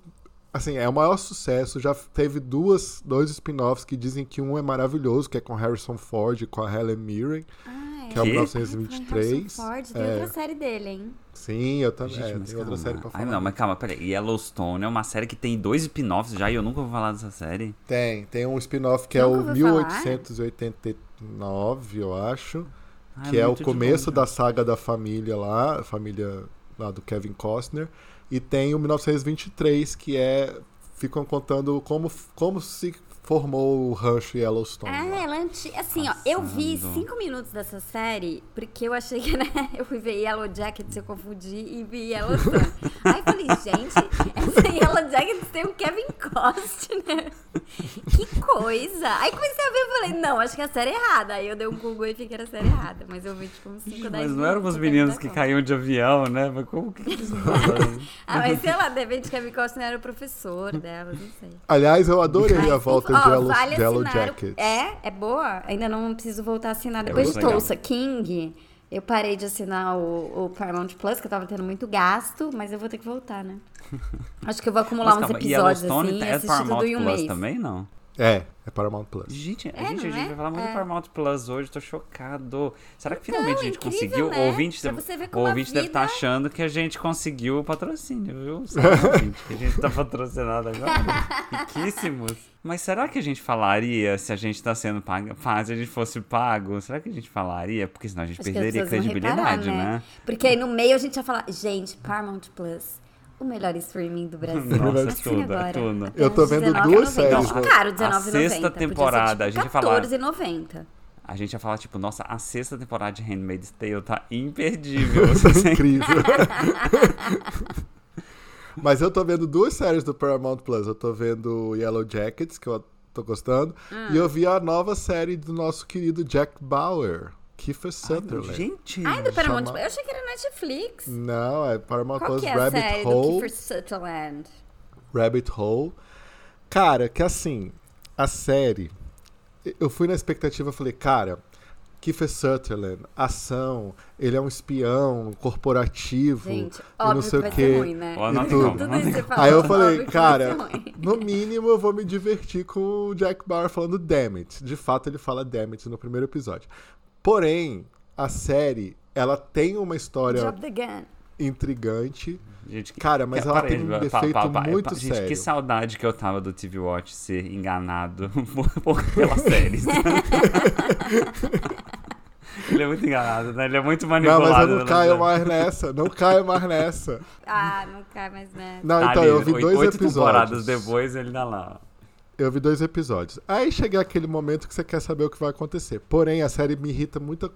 [SPEAKER 1] Assim, é o maior sucesso. Já teve duas, dois spin-offs que dizem que um é maravilhoso, que é com Harrison Ford e com a Helen Mirren,
[SPEAKER 2] Ah,
[SPEAKER 1] que é o
[SPEAKER 3] Que?
[SPEAKER 2] Harrison
[SPEAKER 1] 1923.
[SPEAKER 2] Ford, tem
[SPEAKER 1] É.
[SPEAKER 2] outra série dele, hein?
[SPEAKER 1] Sim, eu também.
[SPEAKER 3] Gente,
[SPEAKER 1] é,
[SPEAKER 3] mas
[SPEAKER 1] tem outra
[SPEAKER 3] calma.
[SPEAKER 1] série pra falar.
[SPEAKER 3] Ai, não, mas calma, peraí. Yellowstone é uma série que tem dois spin-offs já e eu nunca vou falar dessa série.
[SPEAKER 1] Tem, tem um spin-off que é
[SPEAKER 2] Nunca
[SPEAKER 1] o
[SPEAKER 2] ouvi falar.
[SPEAKER 1] 1889, eu acho.
[SPEAKER 3] Ai,
[SPEAKER 1] que é o
[SPEAKER 3] muito de
[SPEAKER 1] começo
[SPEAKER 3] bom,
[SPEAKER 1] da saga da família lá, a família lá do Kevin Costner, e tem o 1923 que é ficam contando como como se formou o rancho Yellowstone.
[SPEAKER 2] É,
[SPEAKER 1] lá.
[SPEAKER 2] ela é antiga. Assim, ó, eu vi
[SPEAKER 3] Passando.
[SPEAKER 2] cinco minutos dessa série, porque eu achei que, [LAUGHS] né? Eu fui ver Yellow Jackets, eu confundi e vi
[SPEAKER 1] [LAUGHS]
[SPEAKER 2] Yellowstone. Aí eu falei, gente, essa Yellow Jackets tem o Kevin Costner. Que coisa! Aí comecei a ver e falei, não, acho que é a série é errada. Aí eu dei um Google e fiquei na série errada. Mas eu vi, tipo, uns 5
[SPEAKER 3] Mas não eram os
[SPEAKER 2] né?
[SPEAKER 3] meninos que caíam de avião, né? Mas como que eles
[SPEAKER 1] [LAUGHS]
[SPEAKER 2] Ah, mas sei lá, de repente Kevin Costner era o professor dela, não sei.
[SPEAKER 1] Aliás, eu adorei a volta de
[SPEAKER 2] Ó,
[SPEAKER 1] Yellow,
[SPEAKER 2] vale
[SPEAKER 1] Yellow
[SPEAKER 2] assinar o-
[SPEAKER 1] Jackets.
[SPEAKER 2] É, é boa. Ainda não preciso voltar a assinar.
[SPEAKER 3] É muito
[SPEAKER 2] Depois de
[SPEAKER 3] legal.
[SPEAKER 2] Tulsa King, eu parei de assinar o, o Paramount Plus, que eu tava tendo muito gasto, mas eu vou ter que
[SPEAKER 1] [LAUGHS]
[SPEAKER 2] voltar, né? Acho que eu vou acumular
[SPEAKER 3] Mas
[SPEAKER 2] uns
[SPEAKER 3] calma,
[SPEAKER 2] episódios
[SPEAKER 3] Yellowstone
[SPEAKER 2] assim, e
[SPEAKER 3] é
[SPEAKER 2] assistir
[SPEAKER 3] Paramount
[SPEAKER 2] tudo em um
[SPEAKER 3] Plus
[SPEAKER 2] mês.
[SPEAKER 3] também, não?
[SPEAKER 1] É, é Paramount Plus.
[SPEAKER 3] Gente, a
[SPEAKER 2] É,
[SPEAKER 3] gente, a
[SPEAKER 2] não
[SPEAKER 3] gente
[SPEAKER 2] é?
[SPEAKER 3] vai falar muito do
[SPEAKER 2] É.
[SPEAKER 3] Paramount Plus hoje, tô chocado. Será que finalmente a gente
[SPEAKER 2] incrível,
[SPEAKER 3] conseguiu?
[SPEAKER 2] né?
[SPEAKER 3] O ouvinte,
[SPEAKER 2] Pra você ver
[SPEAKER 3] o
[SPEAKER 2] como a
[SPEAKER 3] ouvinte deve
[SPEAKER 2] vida-
[SPEAKER 3] estar achando que a gente conseguiu o patrocínio, viu? Sabe, ouvinte, que a gente tá patrocinado agora. Riquíssimos. Mas será que a gente falaria se a gente tá sendo pago? Se a gente fosse pago, será que a gente falaria? Porque senão a gente
[SPEAKER 2] Acho que as
[SPEAKER 3] perderia
[SPEAKER 2] pessoas vão
[SPEAKER 3] credibilidade,
[SPEAKER 2] reparar,
[SPEAKER 3] né?
[SPEAKER 2] Porque aí no meio a gente ia falar, gente, Paramount Plus, o melhor
[SPEAKER 3] [LAUGHS]
[SPEAKER 2] streaming do Brasil.
[SPEAKER 3] Nossa,
[SPEAKER 2] Assina
[SPEAKER 3] tudo, é
[SPEAKER 2] agora.
[SPEAKER 3] tudo.
[SPEAKER 2] Apenas
[SPEAKER 1] Eu tô vendo
[SPEAKER 2] R$19,90.
[SPEAKER 1] duas séries,
[SPEAKER 2] Não,
[SPEAKER 1] né?
[SPEAKER 2] caro,
[SPEAKER 3] A
[SPEAKER 2] R$19,90.
[SPEAKER 3] sexta
[SPEAKER 2] tipo
[SPEAKER 3] temporada, a gente ia falar-
[SPEAKER 2] R$14,90.
[SPEAKER 3] A gente ia falar, tipo, nossa, a sexta temporada de Handmaid's Tale tá imperdível. Assim,
[SPEAKER 1] Incrível. [LAUGHS] Mas eu tô vendo duas séries do Paramount Plus. Eu tô vendo Yellow Jackets, que eu tô gostando.
[SPEAKER 2] Ah.
[SPEAKER 1] E eu vi a nova série do nosso querido Jack Bauer, Kiefer Sutherland.
[SPEAKER 3] gente!
[SPEAKER 2] Ai, do Paramount
[SPEAKER 1] Chama-
[SPEAKER 2] Plus. Eu achei que era Netflix.
[SPEAKER 1] Não, é Paramount
[SPEAKER 2] Qual
[SPEAKER 1] Plus
[SPEAKER 2] que é a série
[SPEAKER 1] Rabbit
[SPEAKER 2] do
[SPEAKER 1] Hole.
[SPEAKER 2] Kiefer Sutherland?
[SPEAKER 1] Rabbit Hole. Cara, que assim, a série. Eu fui na expectativa, falei, cara, Kiefer Sutherland, ação, ele é um espião corporativo.
[SPEAKER 2] Gente,
[SPEAKER 1] eu
[SPEAKER 2] óbvio
[SPEAKER 1] não sei
[SPEAKER 2] que vai
[SPEAKER 1] o
[SPEAKER 2] ser
[SPEAKER 1] quê.
[SPEAKER 2] ruim, né?
[SPEAKER 3] Ó, não tem como,
[SPEAKER 2] Tudo
[SPEAKER 3] não
[SPEAKER 2] isso
[SPEAKER 3] tem
[SPEAKER 2] que você
[SPEAKER 3] como.
[SPEAKER 2] falou,
[SPEAKER 1] Aí eu
[SPEAKER 2] óbvio
[SPEAKER 1] falei,
[SPEAKER 2] que vai
[SPEAKER 1] cara,
[SPEAKER 2] ser ruim.
[SPEAKER 1] no mínimo eu vou me divertir com o Jack Bauer falando Dammit. De fato, ele fala Dammit no primeiro episódio. Porém, a série, ela tem uma história
[SPEAKER 2] Drop the gun.
[SPEAKER 1] intrigante.
[SPEAKER 3] Gente, que-
[SPEAKER 1] Cara, mas
[SPEAKER 3] que- Tá,
[SPEAKER 1] ela
[SPEAKER 3] peraí,
[SPEAKER 1] tem um
[SPEAKER 3] pa- pa-
[SPEAKER 1] defeito
[SPEAKER 3] pa- pa-
[SPEAKER 1] muito
[SPEAKER 3] é, gente,
[SPEAKER 1] sério.
[SPEAKER 3] que saudade que eu tava do TV Watch ser enganado [LAUGHS] por- por-
[SPEAKER 1] [LAUGHS]
[SPEAKER 3] pelas séries. Ele é muito enganado, né? Ele é muito
[SPEAKER 1] Não, mas eu
[SPEAKER 3] manipulado. Tá
[SPEAKER 1] não caio mais nessa. Não caio mais
[SPEAKER 3] [LAUGHS]
[SPEAKER 1] nessa.
[SPEAKER 2] Ah, não cai mais nessa.
[SPEAKER 1] Não, então, eu vi dois
[SPEAKER 3] Tá oito temporadas
[SPEAKER 1] episódios.
[SPEAKER 3] depois ele tá lá.
[SPEAKER 1] Eu vi dois episódios. Aí chega aquele momento que você quer saber o que vai acontecer. Porém, a série me irrita muito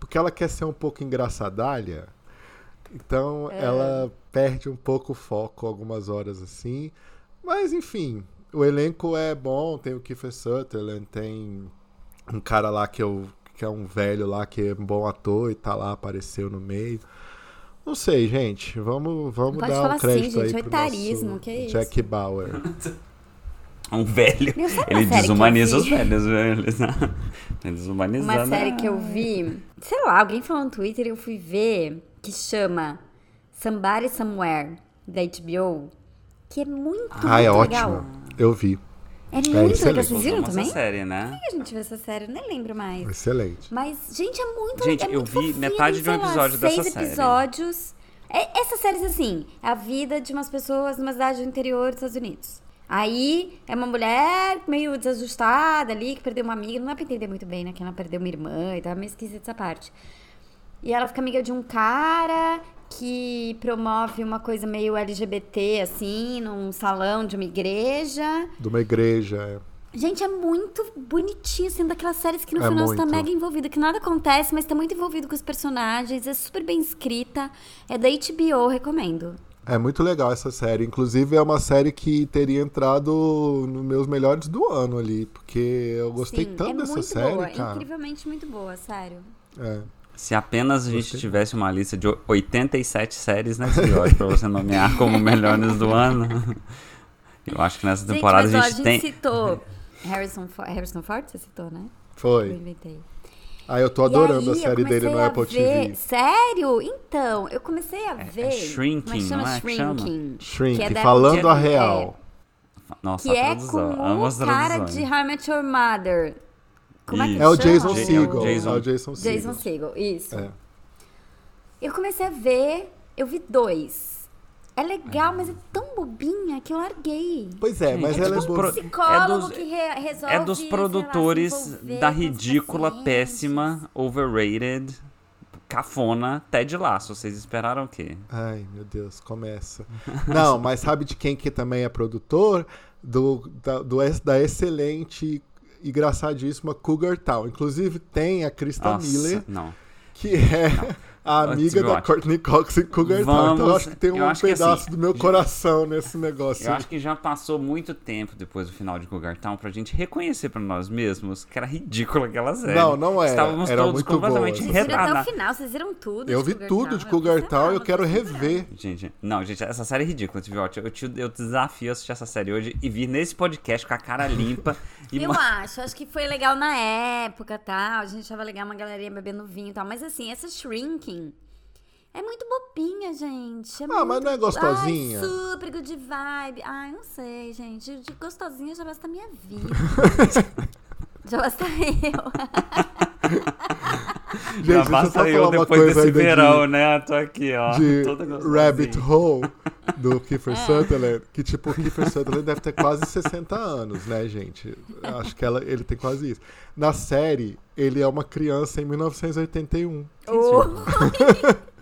[SPEAKER 1] porque ela quer ser um pouco engraçadalha. Então,
[SPEAKER 2] É.
[SPEAKER 1] ela perde um pouco o foco algumas horas assim. Mas, enfim, o elenco é bom. Tem o Kiefer Sutherland, tem um cara lá que, eu, que é um velho lá que é um bom ator e tá lá, apareceu no meio. Não sei, gente. Vamos, vamos
[SPEAKER 2] Não
[SPEAKER 1] dar
[SPEAKER 2] pode
[SPEAKER 1] um
[SPEAKER 2] falar assim,
[SPEAKER 1] crédito
[SPEAKER 2] gente,
[SPEAKER 1] aí pro
[SPEAKER 2] oitarismo,
[SPEAKER 1] nosso
[SPEAKER 2] que é isso?
[SPEAKER 1] Jack Bauer.
[SPEAKER 3] Um velho.
[SPEAKER 2] Não, sabe uma
[SPEAKER 3] Ele
[SPEAKER 2] série que eu
[SPEAKER 3] desumaniza
[SPEAKER 2] vi?
[SPEAKER 3] os velhos, velhos. né? Ele né? desumanizando.
[SPEAKER 2] Uma série que eu vi, sei lá, alguém falou no Twitter, eu fui ver, que chama Somebody Somewhere, da HBO, que é muito,
[SPEAKER 1] Ah, é ótimo.
[SPEAKER 2] muito legal.
[SPEAKER 1] Eu vi.
[SPEAKER 2] É muito
[SPEAKER 1] excelente.
[SPEAKER 2] legal. Vocês viram
[SPEAKER 3] Consumam
[SPEAKER 2] também?
[SPEAKER 3] Essa série, né?
[SPEAKER 2] A gente viu essa série, eu nem lembro mais.
[SPEAKER 1] Excelente.
[SPEAKER 2] Mas, gente, é muito
[SPEAKER 3] Gente,
[SPEAKER 2] é
[SPEAKER 3] eu
[SPEAKER 2] muito
[SPEAKER 3] vi
[SPEAKER 2] fofinha,
[SPEAKER 3] metade
[SPEAKER 2] tem,
[SPEAKER 3] de um
[SPEAKER 2] sei lá,
[SPEAKER 3] episódio dessa
[SPEAKER 2] seis
[SPEAKER 3] série.
[SPEAKER 2] episódios. É, essas séries, assim, é a vida de umas pessoas numa cidade do interior dos Estados Unidos. Aí é uma mulher meio desajustada ali, que perdeu uma amiga. Não dá pra entender muito bem, né? Que ela perdeu uma irmã e tal, é meio esquisita essa parte. E ela fica amiga de um cara que promove uma coisa meio LGBT, assim, num salão de uma igreja.
[SPEAKER 1] De uma igreja.
[SPEAKER 2] Gente, é muito bonitinho, assim, daquelas séries que no
[SPEAKER 1] É
[SPEAKER 2] final você tá
[SPEAKER 1] muito.
[SPEAKER 2] mega envolvido, que nada acontece, mas tá muito envolvido com os personagens, é super bem escrita, é da HBO, recomendo.
[SPEAKER 1] É muito legal essa série. Inclusive, é uma série que teria entrado nos meus melhores do ano ali. Porque eu gostei
[SPEAKER 2] Sim,
[SPEAKER 1] tanto
[SPEAKER 2] é
[SPEAKER 1] dessa
[SPEAKER 2] muito
[SPEAKER 1] série,
[SPEAKER 2] boa,
[SPEAKER 1] cara.
[SPEAKER 2] incrivelmente muito boa, sério.
[SPEAKER 1] É.
[SPEAKER 3] Se apenas a gente
[SPEAKER 1] Gostei.
[SPEAKER 3] tivesse uma lista de 87 séries nesse episódio pra você nomear como melhores do ano. [LAUGHS] Eu acho que nessa temporada
[SPEAKER 2] gente, mas, ó,
[SPEAKER 3] a gente tem.
[SPEAKER 2] citou Harrison, Fo Harrison Ford, você citou, né? Eu
[SPEAKER 1] Foi.
[SPEAKER 2] inventei.
[SPEAKER 1] Ah, eu tô
[SPEAKER 2] E
[SPEAKER 1] adorando
[SPEAKER 2] aí,
[SPEAKER 1] a
[SPEAKER 2] eu
[SPEAKER 1] série dele
[SPEAKER 2] comecei
[SPEAKER 1] no
[SPEAKER 2] a
[SPEAKER 1] Apple
[SPEAKER 2] ver-
[SPEAKER 1] TV.
[SPEAKER 2] Sério? Então, eu comecei a ver...
[SPEAKER 3] É, Shrinking,
[SPEAKER 2] mas chama
[SPEAKER 3] não é? Chama.
[SPEAKER 2] Shrinking.
[SPEAKER 1] Shrink,
[SPEAKER 2] que é da
[SPEAKER 1] falando
[SPEAKER 3] que é-
[SPEAKER 1] a real.
[SPEAKER 3] Nossa,
[SPEAKER 2] Que
[SPEAKER 3] a
[SPEAKER 2] é com
[SPEAKER 3] produção. Amo as
[SPEAKER 2] o cara de
[SPEAKER 3] traduções.
[SPEAKER 2] How I Met Your Mother. Como é que
[SPEAKER 3] Isso.
[SPEAKER 1] É,
[SPEAKER 2] ele
[SPEAKER 1] o
[SPEAKER 2] chama?
[SPEAKER 1] Jason
[SPEAKER 3] Jason-
[SPEAKER 1] Segel.
[SPEAKER 3] Jason-
[SPEAKER 1] É o Jason Segel.
[SPEAKER 2] Jason Segel, isso.
[SPEAKER 1] É.
[SPEAKER 2] Eu comecei a ver, eu vi dois. É legal, mas é tão bobinha que eu larguei. um
[SPEAKER 1] Pois é,
[SPEAKER 3] Gente,
[SPEAKER 1] mas
[SPEAKER 3] é
[SPEAKER 1] ela é
[SPEAKER 3] tipo
[SPEAKER 1] boa.
[SPEAKER 3] pro-
[SPEAKER 2] Psicólogo
[SPEAKER 3] É dos-
[SPEAKER 2] que re- resolve.
[SPEAKER 3] É dos
[SPEAKER 2] sei lá, se
[SPEAKER 3] produtores
[SPEAKER 2] envolver
[SPEAKER 3] da
[SPEAKER 2] com os
[SPEAKER 3] ridícula,
[SPEAKER 2] pacientes.
[SPEAKER 3] péssima, overrated, cafona, Ted Lasso. Vocês esperaram o quê? [LAUGHS]
[SPEAKER 1] Ai, meu Deus, começa. Não, mas sabe de quem que também é produtor? do, da, do, da excelente e engraçadíssima Cougar Town. Inclusive tem a Krista
[SPEAKER 3] Nossa,
[SPEAKER 1] Miller,
[SPEAKER 3] não.
[SPEAKER 1] que é a
[SPEAKER 3] Let's
[SPEAKER 1] amiga
[SPEAKER 3] be
[SPEAKER 1] da
[SPEAKER 3] watch.
[SPEAKER 1] Courtney Cox em Cougar Town. Então eu
[SPEAKER 3] Vamos-
[SPEAKER 1] acho que tem
[SPEAKER 3] eu
[SPEAKER 1] um
[SPEAKER 3] acho que,
[SPEAKER 1] pedaço
[SPEAKER 3] assim,
[SPEAKER 1] do meu coração nesse negócio.
[SPEAKER 3] Eu acho que já passou muito tempo depois do final de Cougar Town pra gente reconhecer pra nós mesmos que era ridícula aquela série.
[SPEAKER 1] Não, não era.
[SPEAKER 3] Estávamos
[SPEAKER 1] Era
[SPEAKER 3] todos
[SPEAKER 1] muito
[SPEAKER 3] completamente
[SPEAKER 1] boa.
[SPEAKER 2] Vocês viram até o
[SPEAKER 3] retardados.
[SPEAKER 2] final, vocês viram tudo.
[SPEAKER 1] Eu
[SPEAKER 2] de
[SPEAKER 1] vi
[SPEAKER 2] Cougar
[SPEAKER 1] tudo
[SPEAKER 2] Town,
[SPEAKER 1] de Cougar
[SPEAKER 2] fiquei
[SPEAKER 1] Town e eu
[SPEAKER 2] amando,
[SPEAKER 1] quero
[SPEAKER 2] tô
[SPEAKER 1] rever.
[SPEAKER 3] Gente, não, gente, essa série é ridícula, TV Watch. Eu, te, eu te desafio a assistir essa série hoje e vir nesse podcast com a cara limpa e
[SPEAKER 2] Eu
[SPEAKER 3] ma-
[SPEAKER 2] acho, acho que foi legal na época, tal. A gente achava legal uma galerinha bebendo vinho e tal. Mas assim, essa shrinking é muito bobinha, gente. É
[SPEAKER 1] Ah, mas
[SPEAKER 2] muito-
[SPEAKER 1] não é gostosinha?
[SPEAKER 2] Ai, super good vibe. Ai, não sei, gente. De gostosinha já basta a minha
[SPEAKER 1] [LAUGHS]
[SPEAKER 2] vida. já basta eu.
[SPEAKER 1] Gente,
[SPEAKER 3] já
[SPEAKER 1] deixa eu só
[SPEAKER 3] basta eu
[SPEAKER 1] falar uma
[SPEAKER 3] depois
[SPEAKER 1] coisa
[SPEAKER 3] desse
[SPEAKER 1] ainda de-
[SPEAKER 3] verão, né? Tô aqui, ó.
[SPEAKER 1] de
[SPEAKER 3] [LAUGHS] toda gostosinha.
[SPEAKER 1] Rabbit Hole do Kiefer
[SPEAKER 2] Ah.
[SPEAKER 1] Sutherland, que tipo, o Kiefer Sutherland deve ter quase 60 anos, né, gente? Acho que ela, ele tem quase isso. Na série, ele é uma criança em 1981.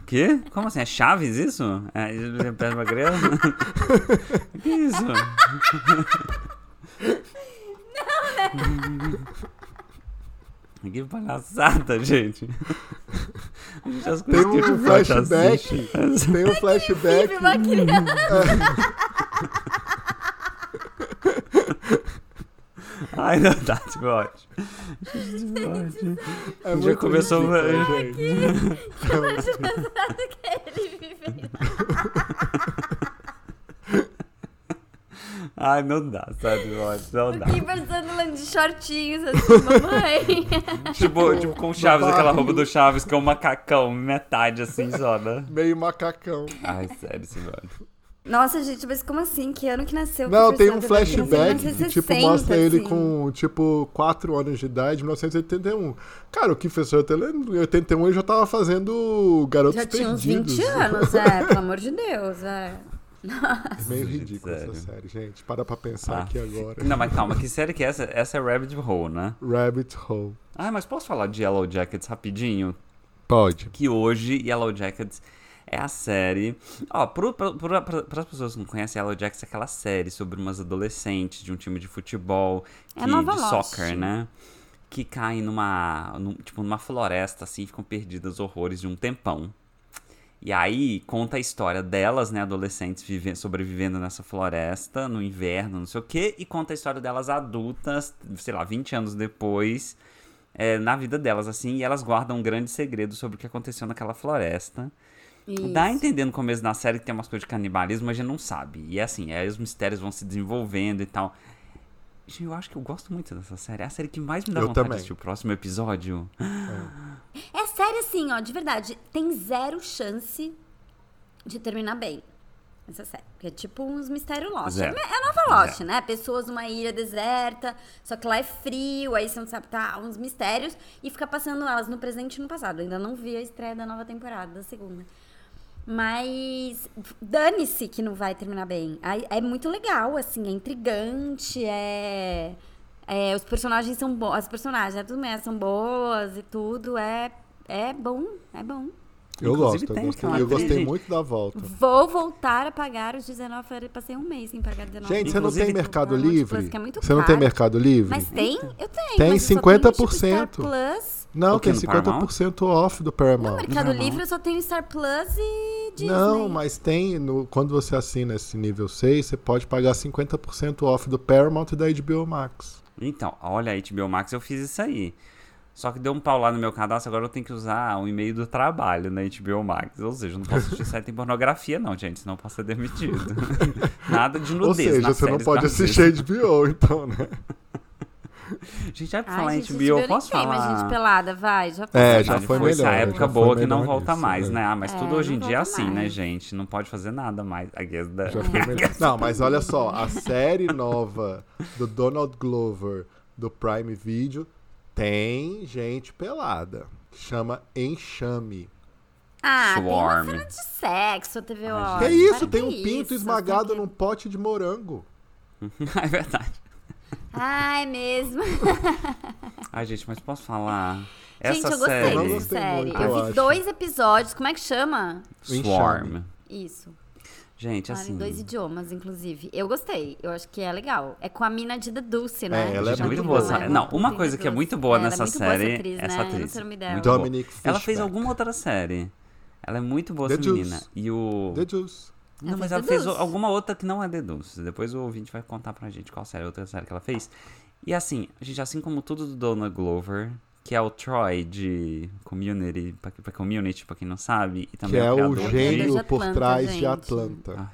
[SPEAKER 3] Quê? Como assim? É Chaves isso? É Pedra pra Criança? que isso? Não, né? Que palhaçada, gente. Gente, as
[SPEAKER 1] Tem
[SPEAKER 3] coisas que
[SPEAKER 1] um
[SPEAKER 3] o Flash
[SPEAKER 1] flashback,
[SPEAKER 3] assiste.
[SPEAKER 1] tem um flashback [LAUGHS]
[SPEAKER 2] Uma criança.
[SPEAKER 3] Ai, não dá, tipo, ótimo. Gente,
[SPEAKER 1] É
[SPEAKER 3] Já começou
[SPEAKER 1] ridículo,
[SPEAKER 3] uma-
[SPEAKER 1] gente.
[SPEAKER 2] Engraçado que ele vive.
[SPEAKER 3] Ai, não dá, sabe, ótimo, não dá.
[SPEAKER 2] O Kiefer Sutherland de shortinhos, assim, mamãe.
[SPEAKER 3] Tipo, tipo com o Chaves,
[SPEAKER 1] babado.
[SPEAKER 3] aquela roupa do Chaves que é um macacão, metade assim só, né?
[SPEAKER 1] Meio macacão.
[SPEAKER 3] Ai, sério, Simone.
[SPEAKER 2] Nossa, gente, mas como assim? Que ano que nasceu? o
[SPEAKER 1] Não,
[SPEAKER 2] Kiefer
[SPEAKER 1] tem um
[SPEAKER 2] Sutherland?
[SPEAKER 1] flashback
[SPEAKER 2] Nasceu em
[SPEAKER 1] que, tipo,
[SPEAKER 2] 60,
[SPEAKER 1] mostra ele
[SPEAKER 2] assim.
[SPEAKER 1] com, tipo, 4 anos de idade, 1981. Cara, o Kiefer Sutherland, em 81, ele já tava fazendo Garotos
[SPEAKER 2] Já tinha uns
[SPEAKER 1] Perdidos.
[SPEAKER 2] 20
[SPEAKER 1] [LAUGHS]
[SPEAKER 2] anos, é, pelo amor de Deus, é.
[SPEAKER 1] Meio
[SPEAKER 3] Gente,
[SPEAKER 1] ridículo essa série,
[SPEAKER 3] sério.
[SPEAKER 1] gente. Para pra pensar
[SPEAKER 3] Ah.
[SPEAKER 1] aqui agora.
[SPEAKER 3] Não, mas calma, que série que é essa? Essa é Rabbit Hole, né?
[SPEAKER 1] Rabbit Hole.
[SPEAKER 3] Ah, mas posso falar de Yellow Jackets rapidinho?
[SPEAKER 1] Pode.
[SPEAKER 3] Que hoje Yellow Jackets é a série. Ó, pro- pro- pro- pra- pras pessoas que não conhecem, Yellow Jackets é aquela série sobre umas adolescentes de um time de futebol,
[SPEAKER 2] É
[SPEAKER 3] que,
[SPEAKER 2] nova
[SPEAKER 3] de
[SPEAKER 2] Lost.
[SPEAKER 3] soccer, né? Que caem numa. num- tipo, numa floresta assim, ficam perdidas horrores de um tempão. E aí conta a história delas, né, adolescentes vive- sobrevivendo nessa floresta, no inverno, não sei o quê, e conta a história delas adultas, sei lá, 20 anos depois, é, na vida delas, assim, e elas guardam um grande segredo sobre o que aconteceu naquela floresta. Dá a
[SPEAKER 2] Isso.
[SPEAKER 3] entender no começo da série que tem umas coisas de canibalismo, mas a gente não sabe. E é assim, aí os mistérios vão se desenvolvendo e tal. Gente, eu acho que eu gosto muito dessa série. É a série que mais me dá
[SPEAKER 1] Eu
[SPEAKER 3] vontade
[SPEAKER 1] também.
[SPEAKER 3] de assistir o próximo episódio.
[SPEAKER 2] É sério assim, ó, de verdade, tem zero chance de terminar bem. Essa série. Porque é tipo uns mistérios Lost.
[SPEAKER 3] Zero.
[SPEAKER 2] É a nova Lost,
[SPEAKER 3] Zero.
[SPEAKER 2] né? Pessoas numa ilha deserta, só que lá é frio, aí você não sabe, tá, uns mistérios. E fica passando elas no presente e no passado. Ainda não vi a estreia da nova temporada, da segunda. Mas dane-se que não vai terminar bem. Aí É muito legal, assim, é intrigante, é. é, os personagens são boas. As personagens, né, tudo bem, elas são boas e tudo. É, é bom, é bom.
[SPEAKER 1] Eu
[SPEAKER 3] Inclusive,
[SPEAKER 1] gosto, eu
[SPEAKER 3] tem
[SPEAKER 1] gostei,
[SPEAKER 3] aquela
[SPEAKER 1] eu gostei
[SPEAKER 3] atriz-
[SPEAKER 1] muito da volta.
[SPEAKER 2] Vou voltar a pagar os 19 eu Passei um mês sem pagar 19
[SPEAKER 1] Gente, você não
[SPEAKER 3] Inclusive,
[SPEAKER 1] tem Mercado
[SPEAKER 2] o Paramount
[SPEAKER 1] Livre?
[SPEAKER 2] Plus, que é muito
[SPEAKER 1] Você não tem
[SPEAKER 2] caro.
[SPEAKER 1] Mercado Livre?
[SPEAKER 2] Mas tem? Eu tenho.
[SPEAKER 1] Uhum. Tem
[SPEAKER 2] mas eu só tenho, tipo,
[SPEAKER 1] 50%.
[SPEAKER 2] Star Plus.
[SPEAKER 1] Não,
[SPEAKER 3] O quê,
[SPEAKER 1] tem
[SPEAKER 3] no
[SPEAKER 1] 50% off do Paramount.
[SPEAKER 2] Mercado
[SPEAKER 3] Não.
[SPEAKER 2] Livre eu só tenho Star Plus e Disney.
[SPEAKER 1] Uhum. Não, mas tem. no- quando você assina esse nível 6, você pode pagar 50% off do Paramount e da HBO Max.
[SPEAKER 3] Então, olha, HBO Max, eu fiz isso aí. Só que deu um pau lá no meu cadastro, agora eu tenho que usar o e-mail do trabalho né, na HBO Max. Ou seja, eu não
[SPEAKER 1] [LAUGHS]
[SPEAKER 3] posso assistir site em pornografia, não, gente, senão eu posso ser demitido. Nada de nudez.
[SPEAKER 1] Ou seja,
[SPEAKER 3] nas
[SPEAKER 1] você não
[SPEAKER 3] séries
[SPEAKER 1] pode
[SPEAKER 3] das
[SPEAKER 1] assistir HBO, então, né?
[SPEAKER 3] Gente, já tá pra
[SPEAKER 2] Ai,
[SPEAKER 3] falar em
[SPEAKER 2] gente,
[SPEAKER 3] HBO,
[SPEAKER 2] esse
[SPEAKER 3] eu
[SPEAKER 2] nem
[SPEAKER 3] posso
[SPEAKER 2] tem,
[SPEAKER 3] falar.
[SPEAKER 2] mas gente pelada, vai. Já
[SPEAKER 1] É,
[SPEAKER 2] passou,
[SPEAKER 1] já
[SPEAKER 3] Sabe,
[SPEAKER 2] vai.
[SPEAKER 1] foi
[SPEAKER 3] essa
[SPEAKER 1] melhor,
[SPEAKER 3] época
[SPEAKER 1] já foi
[SPEAKER 3] boa que
[SPEAKER 1] melhor
[SPEAKER 3] não volta
[SPEAKER 1] isso,
[SPEAKER 3] mais,
[SPEAKER 1] né?
[SPEAKER 3] né? Ah, mas
[SPEAKER 2] É,
[SPEAKER 3] tudo hoje em
[SPEAKER 2] não
[SPEAKER 3] dia é
[SPEAKER 2] volta
[SPEAKER 3] assim, né,
[SPEAKER 2] mais.
[SPEAKER 3] gente? Não pode fazer nada mais. I guess né? da...
[SPEAKER 1] Já
[SPEAKER 3] [LAUGHS]
[SPEAKER 1] foi melhor. [LAUGHS] Não, mas olha só, a série nova do Donald Glover do Prime Video tem gente pelada. que Chama Enxame.
[SPEAKER 2] Ah, tem uma
[SPEAKER 3] Swarm.
[SPEAKER 2] cena de sexo, TV Watch.
[SPEAKER 1] Que é
[SPEAKER 3] Olha,
[SPEAKER 1] isso?
[SPEAKER 2] para
[SPEAKER 1] Tem
[SPEAKER 2] que
[SPEAKER 1] um pinto
[SPEAKER 2] isso?
[SPEAKER 1] esmagado
[SPEAKER 2] Tem que-
[SPEAKER 1] num pote de morango.
[SPEAKER 3] é verdade.
[SPEAKER 2] Ah, é mesmo. [LAUGHS]
[SPEAKER 3] Ai, gente, mas posso falar?
[SPEAKER 2] gente,
[SPEAKER 3] Essa
[SPEAKER 2] eu gostei
[SPEAKER 3] série,
[SPEAKER 1] Eu não
[SPEAKER 2] dessa
[SPEAKER 1] gostei
[SPEAKER 2] série.
[SPEAKER 1] muito,
[SPEAKER 2] eu
[SPEAKER 1] eu
[SPEAKER 2] vi
[SPEAKER 1] acho.
[SPEAKER 2] dois episódios. Como é que chama?
[SPEAKER 3] Swarm.
[SPEAKER 2] Isso.
[SPEAKER 3] Gente,
[SPEAKER 2] Fala
[SPEAKER 3] assim.
[SPEAKER 2] Tá em dois idiomas, inclusive. Eu gostei. Eu acho que é legal. É com a mina de The Dulce, né?
[SPEAKER 1] É, ela é
[SPEAKER 2] Já
[SPEAKER 1] muito
[SPEAKER 2] viu?
[SPEAKER 1] boa,
[SPEAKER 2] Ela é
[SPEAKER 1] sabe?
[SPEAKER 2] uma
[SPEAKER 3] Não, uma
[SPEAKER 2] puta
[SPEAKER 3] coisa que é
[SPEAKER 2] atriz.
[SPEAKER 3] muito boa
[SPEAKER 2] Ela é
[SPEAKER 3] nessa
[SPEAKER 2] muito boa
[SPEAKER 3] série,
[SPEAKER 2] atriz,
[SPEAKER 3] essa
[SPEAKER 2] né? Eu não
[SPEAKER 3] atriz.
[SPEAKER 2] sei o nome dela.
[SPEAKER 3] Muito boa.
[SPEAKER 1] Dominic
[SPEAKER 3] Ela fez
[SPEAKER 1] Fishback.
[SPEAKER 3] alguma outra série. Ela é muito boa,
[SPEAKER 1] The
[SPEAKER 3] essa menina.
[SPEAKER 1] Deuce.
[SPEAKER 3] E o.
[SPEAKER 1] The Juice.
[SPEAKER 3] Não,
[SPEAKER 2] Ela
[SPEAKER 3] mas
[SPEAKER 2] fez
[SPEAKER 3] ela
[SPEAKER 2] The
[SPEAKER 3] fez
[SPEAKER 2] Deuce.
[SPEAKER 3] alguma outra que não é deduz. Depois o ouvinte vai contar pra gente qual série, outra série que ela fez. E assim, gente, assim como tudo do Dona Glover, que é o Troy de Community, pra, pra Community, pra quem não sabe, e
[SPEAKER 1] Que
[SPEAKER 3] também um
[SPEAKER 1] é o
[SPEAKER 3] criador de-
[SPEAKER 1] gênio
[SPEAKER 2] de
[SPEAKER 1] por
[SPEAKER 2] Atlanta,
[SPEAKER 1] trás de
[SPEAKER 2] gente. é
[SPEAKER 1] Atlanta.
[SPEAKER 3] Ai,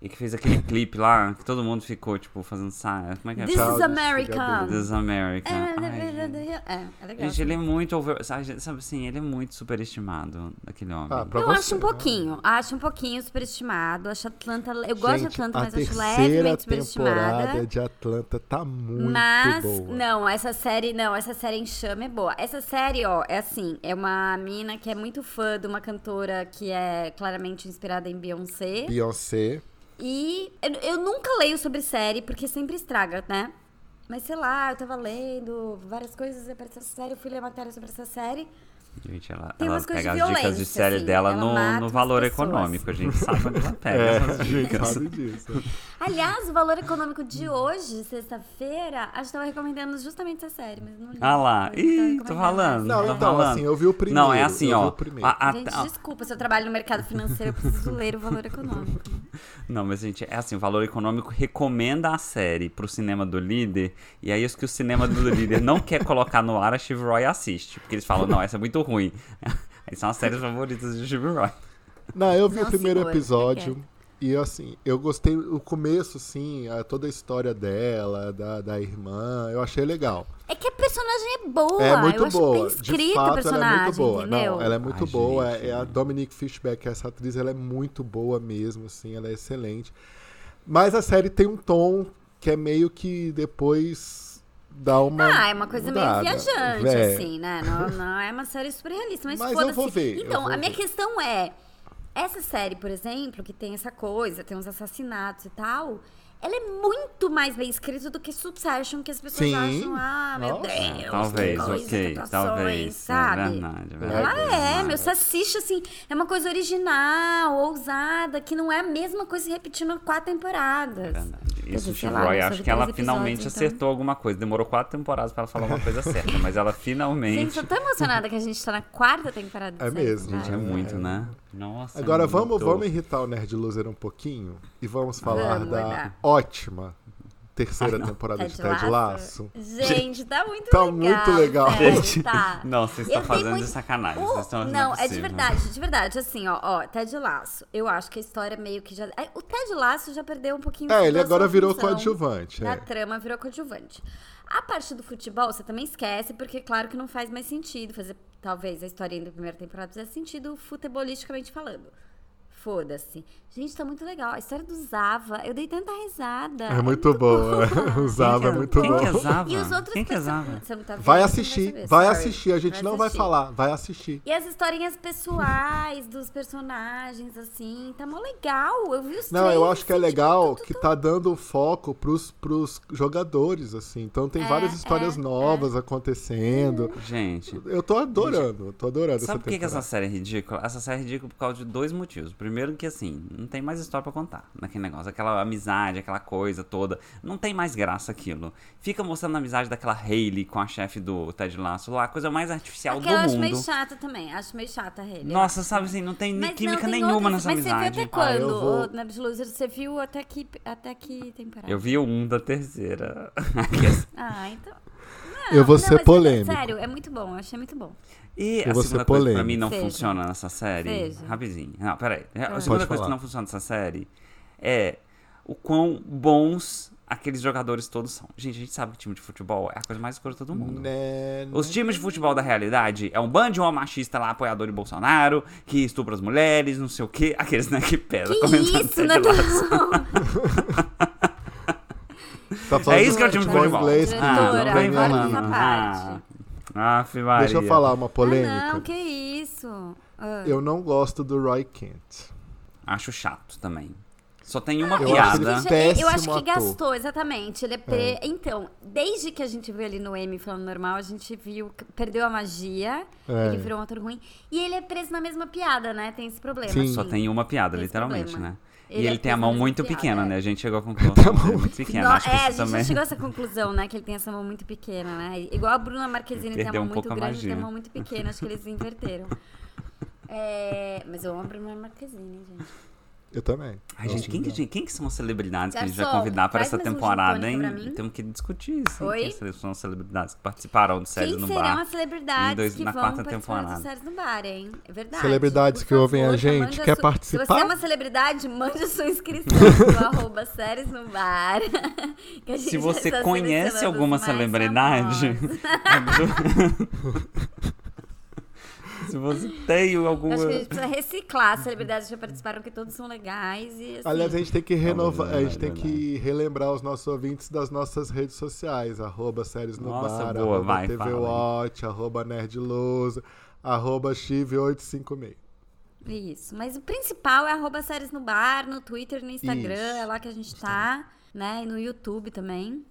[SPEAKER 3] E que fez aquele clipe lá, que todo mundo ficou, tipo, fazendo sa- Como é que é?
[SPEAKER 2] This
[SPEAKER 1] Tchau,
[SPEAKER 2] is
[SPEAKER 1] desligador.
[SPEAKER 2] America.
[SPEAKER 3] This is America.
[SPEAKER 2] É,
[SPEAKER 3] Ai,
[SPEAKER 2] é,
[SPEAKER 3] gente.
[SPEAKER 2] é, é, é legal.
[SPEAKER 3] Gente, ele é muito over... Sabe sabe assim, ele é muito superestimado, aquele homem.
[SPEAKER 1] Ah, pra
[SPEAKER 2] Eu
[SPEAKER 1] você,
[SPEAKER 2] acho um
[SPEAKER 1] né?
[SPEAKER 2] pouquinho, acho um pouquinho superestimado. Acho Atlanta. Eu gosto de
[SPEAKER 1] Gente,
[SPEAKER 2] Atlanta, mas
[SPEAKER 1] a
[SPEAKER 2] acho
[SPEAKER 1] terceira
[SPEAKER 2] levemente
[SPEAKER 1] temporada
[SPEAKER 2] superestimada.
[SPEAKER 1] de Atlanta tá muito
[SPEAKER 2] mas,
[SPEAKER 1] boa.
[SPEAKER 2] não, essa série, não, essa série Enxame é boa. Essa série, ó, é assim, é uma mina que é muito fã de uma cantora que é claramente inspirada em Beyoncé.
[SPEAKER 1] Beyoncé.
[SPEAKER 2] E eu, eu nunca leio sobre série, porque sempre estraga, né? Mas sei lá, eu tava lendo várias coisas sobre essa série, eu fui ler matéria sobre essa série.
[SPEAKER 3] Gente, ela,
[SPEAKER 2] Tem
[SPEAKER 3] ela
[SPEAKER 2] umas coisas
[SPEAKER 3] pega as dicas de
[SPEAKER 2] violentas,
[SPEAKER 3] série
[SPEAKER 2] assim,
[SPEAKER 3] dela
[SPEAKER 2] ela
[SPEAKER 3] no,
[SPEAKER 2] mata
[SPEAKER 3] no
[SPEAKER 2] as
[SPEAKER 3] valor
[SPEAKER 2] pessoas.
[SPEAKER 3] econômico. A gente sabe
[SPEAKER 1] [LAUGHS]
[SPEAKER 3] onde ela pega essas
[SPEAKER 1] É, gente,
[SPEAKER 3] dicas.
[SPEAKER 1] sabe disso.
[SPEAKER 2] Aliás, o valor econômico de hoje, sexta-feira, a gente tava recomendando justamente essa série, mas não li.
[SPEAKER 3] Ah lá.
[SPEAKER 2] Mas tava
[SPEAKER 3] Ih, tô
[SPEAKER 2] recomendando
[SPEAKER 3] falando.
[SPEAKER 1] Não,
[SPEAKER 3] tô
[SPEAKER 1] então,
[SPEAKER 3] falando.
[SPEAKER 1] assim, eu vi o primeiro,
[SPEAKER 3] Não, é assim,
[SPEAKER 1] eu vi
[SPEAKER 3] ó.
[SPEAKER 1] o primeiro.
[SPEAKER 3] a- a-
[SPEAKER 2] Gente,
[SPEAKER 3] a-
[SPEAKER 2] desculpa, se eu trabalho no mercado financeiro, eu preciso ler o valor econômico.
[SPEAKER 3] Não, mas, gente, é assim, o valor econômico recomenda a série pro cinema do líder, e é isso que o cinema
[SPEAKER 2] [LAUGHS]
[SPEAKER 3] do líder não quer colocar no ar, a Steve Roy assiste. Porque eles falam, não, essa é muito ruim. [LAUGHS] Essas são as séries favoritas de Steve Roy.
[SPEAKER 1] Não, eu vi
[SPEAKER 2] Não,
[SPEAKER 1] o primeiro
[SPEAKER 2] senhor,
[SPEAKER 1] episódio.
[SPEAKER 2] fica
[SPEAKER 1] E assim, eu gostei o começo, sim, a- toda a história dela, da, da irmã, eu achei legal.
[SPEAKER 2] É que a personagem é boa,
[SPEAKER 1] é muito
[SPEAKER 2] eu acho
[SPEAKER 1] boa.
[SPEAKER 2] bem
[SPEAKER 1] de
[SPEAKER 2] escrita a
[SPEAKER 1] fato, ela
[SPEAKER 2] personagem,
[SPEAKER 1] é muito boa.
[SPEAKER 2] entendeu?
[SPEAKER 1] Não, ela é muito
[SPEAKER 3] Ai,
[SPEAKER 1] boa.
[SPEAKER 3] gente.
[SPEAKER 1] É a Dominique Fishback, essa atriz, ela é muito boa mesmo, assim, ela é excelente. Mas a série tem um tom que é meio que depois dá uma.
[SPEAKER 2] Ah, é uma coisa meio
[SPEAKER 1] mudada.
[SPEAKER 2] viajante,
[SPEAKER 1] É.
[SPEAKER 2] assim, né? Não, não é uma série super realista, mas,
[SPEAKER 1] Mas eu
[SPEAKER 2] foda-se.
[SPEAKER 1] vou ver, eu
[SPEAKER 2] Então,
[SPEAKER 1] vou
[SPEAKER 2] a minha
[SPEAKER 1] ver.
[SPEAKER 2] questão é: essa série, por exemplo, que tem essa coisa, tem uns assassinatos e tal. Ela é muito mais bem escrita do que Succession, que as pessoas
[SPEAKER 1] Sim.
[SPEAKER 2] acham, ah, meu
[SPEAKER 1] Nossa.
[SPEAKER 2] Deus, que
[SPEAKER 3] Talvez,
[SPEAKER 2] coisa,
[SPEAKER 3] ok.
[SPEAKER 2] situações",
[SPEAKER 3] Talvez.
[SPEAKER 2] sabe?
[SPEAKER 3] É verdade, é verdade.
[SPEAKER 2] Ela é,
[SPEAKER 3] verdade.
[SPEAKER 2] meu, você assiste assim, é uma coisa original, ousada, que não é a mesma coisa se repetindo em quatro
[SPEAKER 1] É
[SPEAKER 2] temporadas.
[SPEAKER 3] Verdade. Isso,
[SPEAKER 2] dizer, sei
[SPEAKER 3] Steve
[SPEAKER 2] lá,
[SPEAKER 3] Roy,
[SPEAKER 2] né,
[SPEAKER 3] acho
[SPEAKER 2] sobre
[SPEAKER 3] que ela
[SPEAKER 2] três
[SPEAKER 3] finalmente
[SPEAKER 2] episódios, então.
[SPEAKER 3] acertou alguma coisa. Demorou quatro temporadas pra ela falar uma
[SPEAKER 2] [LAUGHS]
[SPEAKER 3] coisa certa, mas ela finalmente.
[SPEAKER 2] Gente, eu tô tão emocionada que a gente tá na quarta temporada.
[SPEAKER 1] É
[SPEAKER 2] dessa
[SPEAKER 1] mesmo,
[SPEAKER 2] temporada.
[SPEAKER 3] [LAUGHS] Gente, é muito, né? Nossa.
[SPEAKER 1] Agora
[SPEAKER 3] é
[SPEAKER 1] vamos,
[SPEAKER 3] muito.
[SPEAKER 1] vamos irritar o Nerd Loser um pouquinho e vamos falar
[SPEAKER 2] Vamos, Ah,
[SPEAKER 1] da
[SPEAKER 2] dá.
[SPEAKER 1] ótima terceira
[SPEAKER 2] É
[SPEAKER 1] temporada tá de Ted Lasso.
[SPEAKER 2] Tá Gente, tá muito
[SPEAKER 1] Tá
[SPEAKER 2] legal.
[SPEAKER 1] muito legal.
[SPEAKER 2] sério, [LAUGHS]
[SPEAKER 3] Gente,
[SPEAKER 2] tá.
[SPEAKER 3] não, vocês
[SPEAKER 2] Eu
[SPEAKER 3] estão
[SPEAKER 2] dei
[SPEAKER 3] fazendo
[SPEAKER 2] muito-
[SPEAKER 3] de sacanagem.
[SPEAKER 2] Uh,
[SPEAKER 3] Vocês estão fazendo
[SPEAKER 2] não, é de
[SPEAKER 3] possível.
[SPEAKER 2] verdade, de verdade. Assim, ó, ó, Ted Laço. Eu acho que a história meio que já. é, O Ted Laço já perdeu um pouquinho da
[SPEAKER 1] É, ele
[SPEAKER 2] sua
[SPEAKER 1] agora virou
[SPEAKER 2] função
[SPEAKER 1] coadjuvante.
[SPEAKER 2] Da
[SPEAKER 1] É.
[SPEAKER 2] trama virou coadjuvante. A parte do futebol você também esquece, porque claro que não faz mais sentido fazer. Talvez a historinha da primeira temporada fizesse sentido futebolisticamente falando. Foda-se. Gente, tá muito legal. A história do Zava, eu dei tanta risada.
[SPEAKER 1] É muito boa. [LAUGHS] O
[SPEAKER 3] Quem
[SPEAKER 1] Zava é
[SPEAKER 3] que
[SPEAKER 1] muito
[SPEAKER 3] quem
[SPEAKER 1] bom.
[SPEAKER 3] Que é Zava?
[SPEAKER 2] E os outros
[SPEAKER 3] Quem que é
[SPEAKER 2] person-
[SPEAKER 3] Zava?
[SPEAKER 2] Você não tá vendo,
[SPEAKER 1] Vai
[SPEAKER 2] você não
[SPEAKER 1] assistir,
[SPEAKER 2] saber,
[SPEAKER 1] vai
[SPEAKER 2] sorry.
[SPEAKER 1] assistir. A gente não vai
[SPEAKER 2] assistir.
[SPEAKER 1] falar, vai assistir.
[SPEAKER 2] E as historinhas pessoais dos personagens, assim, tá mó legal. Eu vi os
[SPEAKER 1] Não,
[SPEAKER 2] três,
[SPEAKER 1] eu acho que é
[SPEAKER 2] assim,
[SPEAKER 1] legal
[SPEAKER 2] tu, tu,
[SPEAKER 1] que tá dando foco pros, pros jogadores, assim. Então tem várias histórias
[SPEAKER 2] é,
[SPEAKER 1] novas acontecendo.
[SPEAKER 3] Gente.
[SPEAKER 1] Eu tô adorando, eu tô adorando
[SPEAKER 3] Sabe
[SPEAKER 1] essa
[SPEAKER 3] por que, que essa
[SPEAKER 1] temporada.
[SPEAKER 3] série é ridícula? Essa série é ridícula por causa de dois motivos. Primeiro que, assim, não tem mais história pra contar naquele negócio. Aquela amizade, aquela coisa toda. Não tem mais graça aquilo. Fica mostrando a amizade daquela Hayley com a chefe do Ted Lasso lá. A coisa mais artificial
[SPEAKER 2] Aquela eu
[SPEAKER 3] do
[SPEAKER 2] acho
[SPEAKER 3] mundo.
[SPEAKER 2] meio chata também. Acho meio chata a Haley.
[SPEAKER 3] Nossa, sabe assim, não tem
[SPEAKER 2] Mas não,
[SPEAKER 3] química
[SPEAKER 2] tem
[SPEAKER 3] nenhuma
[SPEAKER 2] outras-
[SPEAKER 3] nessa
[SPEAKER 2] mas
[SPEAKER 3] amizade.
[SPEAKER 2] você viu até
[SPEAKER 1] Ah, eu
[SPEAKER 2] quando, ah,
[SPEAKER 1] vou-
[SPEAKER 2] Loser? Você viu até que, até que temporada?
[SPEAKER 3] Eu vi o um da terceira. [LAUGHS]
[SPEAKER 2] Ah, então... Não,
[SPEAKER 1] Eu vou
[SPEAKER 2] não,
[SPEAKER 1] ser
[SPEAKER 2] mas,
[SPEAKER 1] polêmico.
[SPEAKER 2] Sério, é muito bom. Eu achei muito bom.
[SPEAKER 3] E
[SPEAKER 1] Eu
[SPEAKER 3] a
[SPEAKER 1] vou ser
[SPEAKER 3] segunda coisa que pra
[SPEAKER 1] polêmico.
[SPEAKER 3] mim não
[SPEAKER 2] Seja.
[SPEAKER 3] funciona nessa série.
[SPEAKER 2] Seja.
[SPEAKER 3] Rapidinho. Não, peraí. A
[SPEAKER 2] Pode
[SPEAKER 3] segunda coisa que
[SPEAKER 1] falar.
[SPEAKER 3] não funciona nessa série é o quão bons aqueles jogadores todos são. Gente, a gente sabe que time de futebol é a coisa mais escrota do mundo.
[SPEAKER 1] Né, né.
[SPEAKER 3] Os times de futebol da realidade é um bando de homem machista lá, apoiador de Bolsonaro, que estupra as mulheres, não sei o quê. Aqueles, né, que pesa.
[SPEAKER 2] Que
[SPEAKER 3] comentando
[SPEAKER 2] isso, né?
[SPEAKER 3] Ted
[SPEAKER 2] Natal?
[SPEAKER 3] Lasso.
[SPEAKER 2] [LAUGHS]
[SPEAKER 1] Tá falando
[SPEAKER 3] É isso que eu
[SPEAKER 1] de
[SPEAKER 3] tinha
[SPEAKER 1] futebol
[SPEAKER 3] de bola.
[SPEAKER 1] inglês,
[SPEAKER 2] Ah,
[SPEAKER 1] futebol
[SPEAKER 2] não,
[SPEAKER 1] Premier
[SPEAKER 2] vai lá.
[SPEAKER 1] League.
[SPEAKER 2] Essa parte.
[SPEAKER 3] Ah, Aff, Maria.
[SPEAKER 1] Deixa eu falar uma
[SPEAKER 2] Ah, não,
[SPEAKER 1] polêmica.
[SPEAKER 2] que isso. Ah.
[SPEAKER 1] Eu não gosto do Roy Kent.
[SPEAKER 3] Acho é chato também. Só tem uma
[SPEAKER 2] Eu acho
[SPEAKER 3] piada.
[SPEAKER 1] ele
[SPEAKER 2] que já- eu
[SPEAKER 1] Péssimo
[SPEAKER 2] acho que
[SPEAKER 1] ator.
[SPEAKER 2] gastou, exatamente. Ele é pre- Então, desde que a gente viu ele no M falando normal, a gente viu, que perdeu a magia,
[SPEAKER 1] É.
[SPEAKER 2] ele virou um ator ruim. E ele é preso na mesma piada, né? Tem esse problema.
[SPEAKER 1] Sim.
[SPEAKER 2] assim.
[SPEAKER 3] Só tem uma piada,
[SPEAKER 2] Esse
[SPEAKER 3] literalmente,
[SPEAKER 2] problema.
[SPEAKER 3] né?
[SPEAKER 2] Ele
[SPEAKER 3] e
[SPEAKER 2] é
[SPEAKER 3] ele tem a mão
[SPEAKER 2] preso na
[SPEAKER 3] muito
[SPEAKER 2] piada,
[SPEAKER 3] pequena,
[SPEAKER 2] é.
[SPEAKER 3] né? A gente
[SPEAKER 2] [LAUGHS]
[SPEAKER 3] chegou à conclusão que ele é muito pequena.
[SPEAKER 2] No-
[SPEAKER 3] Acho que
[SPEAKER 2] é, a
[SPEAKER 3] isso
[SPEAKER 2] gente
[SPEAKER 3] também.
[SPEAKER 2] já chegou a essa conclusão, né? Que ele tem essa mão muito pequena, né? Igual a Bruna Marquezine tem a
[SPEAKER 3] Perdeu
[SPEAKER 2] mão
[SPEAKER 3] um
[SPEAKER 2] muito
[SPEAKER 3] pouco a
[SPEAKER 2] grande, tem a
[SPEAKER 3] magia.
[SPEAKER 2] mão muito pequena. Acho que
[SPEAKER 3] [LAUGHS]
[SPEAKER 2] eles inverteram. É, mas eu amo a Bruna Marquezine, gente.
[SPEAKER 1] Eu também.
[SPEAKER 3] Ai, gente,
[SPEAKER 1] então.
[SPEAKER 3] quem, que, quem que são as celebridades que a gente vai
[SPEAKER 2] Garçom,
[SPEAKER 3] convidar para
[SPEAKER 2] traz
[SPEAKER 3] essa
[SPEAKER 2] mais um gin
[SPEAKER 3] temporada,
[SPEAKER 2] tônica pra
[SPEAKER 3] hein?
[SPEAKER 2] mim.
[SPEAKER 3] Temos que discutir isso. hein?
[SPEAKER 2] Oi?
[SPEAKER 3] Quem são- são as celebridades que participaram de séries
[SPEAKER 2] Quem
[SPEAKER 3] no
[SPEAKER 2] serão
[SPEAKER 3] bar?
[SPEAKER 2] as celebridades
[SPEAKER 3] em dois-
[SPEAKER 2] que
[SPEAKER 3] na
[SPEAKER 2] vão
[SPEAKER 3] quarta
[SPEAKER 2] participar
[SPEAKER 3] temporada.
[SPEAKER 2] das séries no bar, hein? É verdade.
[SPEAKER 1] Celebridades
[SPEAKER 2] Por
[SPEAKER 1] que ouvem
[SPEAKER 2] favor,
[SPEAKER 1] a gente,
[SPEAKER 2] mande a
[SPEAKER 1] quer
[SPEAKER 2] sua-
[SPEAKER 1] participar?
[SPEAKER 2] Se você é uma celebridade, mande a sua inscrição
[SPEAKER 1] [LAUGHS]
[SPEAKER 2] no arroba séries no bar. [LAUGHS] que a gente
[SPEAKER 3] Se
[SPEAKER 2] já
[SPEAKER 3] você
[SPEAKER 2] está
[SPEAKER 3] conhece
[SPEAKER 2] selecionando
[SPEAKER 3] alguma
[SPEAKER 2] as mais
[SPEAKER 3] celebridade.
[SPEAKER 2] famosas.
[SPEAKER 3] [LAUGHS] Se você tem alguma.
[SPEAKER 2] Acho que a gente precisa reciclar as celebridades que já participaram, que todos são legais. E, assim,
[SPEAKER 1] Aliás, a gente tem que renovar, a
[SPEAKER 3] verdade,
[SPEAKER 1] gente tem que relembrar os nossos ouvintes das nossas redes sociais, arroba séries no
[SPEAKER 3] Nossa,
[SPEAKER 1] bar,
[SPEAKER 3] boa,
[SPEAKER 1] arroba
[SPEAKER 3] vai,
[SPEAKER 1] TV
[SPEAKER 3] fala aí.
[SPEAKER 1] Watch, arroba Nerd Lousa, arroba Chive856.
[SPEAKER 2] Isso. Mas o principal é arroba séries no bar, no Twitter, no Instagram,
[SPEAKER 1] Isso.
[SPEAKER 2] é lá que a gente tá, né? E no YouTube também.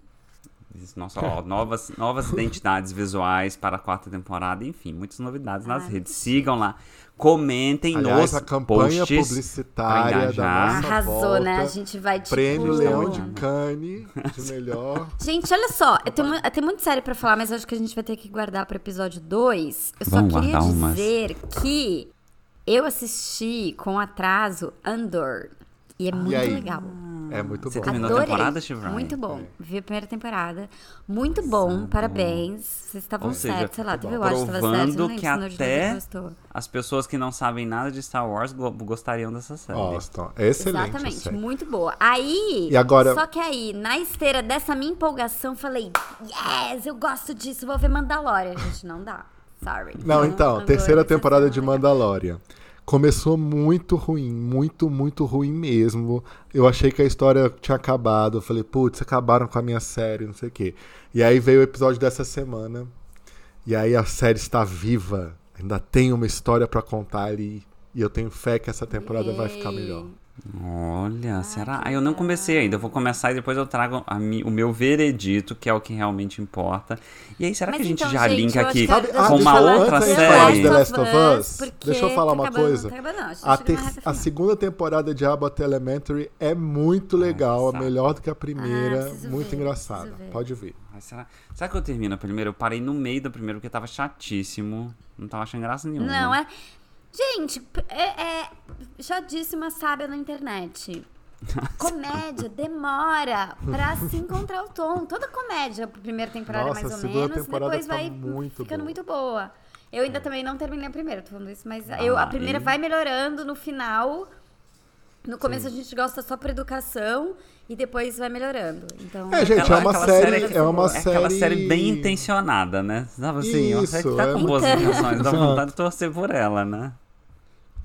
[SPEAKER 3] Isso, Nossa, ó, novas, novas identidades visuais para a quarta temporada, enfim, muitas novidades nas
[SPEAKER 2] Ai,
[SPEAKER 3] redes. Sigam lá, comentem
[SPEAKER 1] Aliás,
[SPEAKER 3] nos
[SPEAKER 1] a campanha
[SPEAKER 3] posts pra
[SPEAKER 1] publicitária da
[SPEAKER 3] engajar.
[SPEAKER 1] nossa
[SPEAKER 2] Arrasou,
[SPEAKER 1] Tá volta,
[SPEAKER 2] né? A gente vai, tipo...
[SPEAKER 1] Prêmio Leão de
[SPEAKER 3] Uhum.
[SPEAKER 1] Cane,
[SPEAKER 3] [LAUGHS]
[SPEAKER 1] de melhor.
[SPEAKER 2] Gente, olha só, eu tenho, mu- eu tenho muito sério pra falar, mas eu acho que a gente vai ter que guardar pro episódio 2. Eu só
[SPEAKER 3] Vamos
[SPEAKER 2] queria
[SPEAKER 3] guardar umas.
[SPEAKER 2] dizer que eu assisti com atraso Andor. E é muito
[SPEAKER 1] aí?
[SPEAKER 2] legal.
[SPEAKER 1] É muito
[SPEAKER 3] Você
[SPEAKER 1] bom.
[SPEAKER 3] terminou?
[SPEAKER 2] Adorei.
[SPEAKER 3] temporada, É. Chivray?
[SPEAKER 2] Muito bom. Vi a primeira temporada. Muito bom, parabéns. Vocês estavam
[SPEAKER 3] é Ou seja,
[SPEAKER 2] certos, sei lá,
[SPEAKER 3] muito
[SPEAKER 2] teve eu
[SPEAKER 3] bom.
[SPEAKER 2] acho que estava certo,
[SPEAKER 3] Provando
[SPEAKER 2] não lembro
[SPEAKER 3] que
[SPEAKER 2] se no original
[SPEAKER 3] até-
[SPEAKER 2] eu gostou.
[SPEAKER 3] As pessoas que não sabem nada de Star Wars go- gostariam dessa série.
[SPEAKER 1] Austin, é excelente.
[SPEAKER 2] Exatamente,
[SPEAKER 1] série.
[SPEAKER 2] muito boa. Aí,
[SPEAKER 1] E agora-
[SPEAKER 2] só que aí, na esteira dessa minha empolgação, falei, yes, eu gosto disso, vou ver Mandalorian. Gente, não dá. Sorry.
[SPEAKER 1] Não, então,
[SPEAKER 2] Mandalorian
[SPEAKER 1] terceira
[SPEAKER 2] vai ser
[SPEAKER 1] temporada de
[SPEAKER 2] legal.
[SPEAKER 1] Mandalorian. Começou muito ruim, muito, muito ruim mesmo. Eu achei que a história tinha acabado. Eu falei, putz, acabaram com a minha série, não sei o quê. E aí veio o episódio dessa semana. E aí a série está viva. Ainda tem uma história pra contar ali. E eu tenho fé que essa temporada vai ficar melhor.
[SPEAKER 3] Olha, será? Ah, eu não comecei ainda. Eu vou começar e depois eu trago a mi- o meu veredito, que é o que realmente importa. E aí, será
[SPEAKER 2] Mas
[SPEAKER 3] que a gente
[SPEAKER 2] então,
[SPEAKER 3] já
[SPEAKER 2] gente,
[SPEAKER 3] linka
[SPEAKER 2] eu acho
[SPEAKER 3] aqui
[SPEAKER 2] que- Sabe- ah,
[SPEAKER 3] com
[SPEAKER 2] deixa
[SPEAKER 3] uma
[SPEAKER 2] eu falar
[SPEAKER 3] outra
[SPEAKER 2] antes
[SPEAKER 1] de
[SPEAKER 2] da
[SPEAKER 1] falar de
[SPEAKER 3] série?
[SPEAKER 1] The Last of Us,
[SPEAKER 2] porque
[SPEAKER 1] deixa eu falar
[SPEAKER 2] tá
[SPEAKER 1] uma
[SPEAKER 2] acabando,
[SPEAKER 1] coisa.
[SPEAKER 2] tá acabando, não, gente,
[SPEAKER 1] A,
[SPEAKER 2] chega na
[SPEAKER 1] ter-
[SPEAKER 2] reta
[SPEAKER 1] a
[SPEAKER 2] final.
[SPEAKER 1] segunda temporada de Abbott Elementary é muito legal, é
[SPEAKER 3] saco.
[SPEAKER 1] melhor do que a
[SPEAKER 2] Ah,
[SPEAKER 1] primeira,
[SPEAKER 2] preciso
[SPEAKER 1] muito
[SPEAKER 2] ver,
[SPEAKER 1] engraçada.
[SPEAKER 2] preciso ver.
[SPEAKER 1] Pode ver.
[SPEAKER 3] Ai, será? será que eu termino a primeira? Eu parei no meio da primeira porque tava chatíssimo. Não tava achando graça nenhuma.
[SPEAKER 2] Não,
[SPEAKER 1] né?
[SPEAKER 2] é. Gente, p- é, é- já disse uma sábia
[SPEAKER 1] [LAUGHS]
[SPEAKER 2] na internet. Comédia demora pra se encontrar o tom. Toda comédia, a primeira temporada
[SPEAKER 1] Nossa,
[SPEAKER 2] mais
[SPEAKER 1] a
[SPEAKER 2] ou
[SPEAKER 1] segunda
[SPEAKER 2] menos,
[SPEAKER 1] temporada
[SPEAKER 2] depois
[SPEAKER 1] tá
[SPEAKER 2] vai
[SPEAKER 1] muito
[SPEAKER 2] ficando
[SPEAKER 1] boa. É.
[SPEAKER 2] muito boa. Eu ainda também não terminei a primeira, tô falando isso, mas eu, a
[SPEAKER 3] Ah,
[SPEAKER 2] primeira
[SPEAKER 3] e-
[SPEAKER 2] vai melhorando no final. No começo a gente gosta só por educação e depois vai melhorando. Então,
[SPEAKER 1] É, gente, é uma série, é uma série,
[SPEAKER 3] aquela série bem intencionada, né? Sabe assim, uma série que
[SPEAKER 1] Isso,
[SPEAKER 3] tá
[SPEAKER 1] é
[SPEAKER 3] com
[SPEAKER 1] muito-
[SPEAKER 3] boas intenções,
[SPEAKER 1] [LAUGHS]
[SPEAKER 3] dá
[SPEAKER 1] Exato.
[SPEAKER 3] vontade de torcer por ela, né?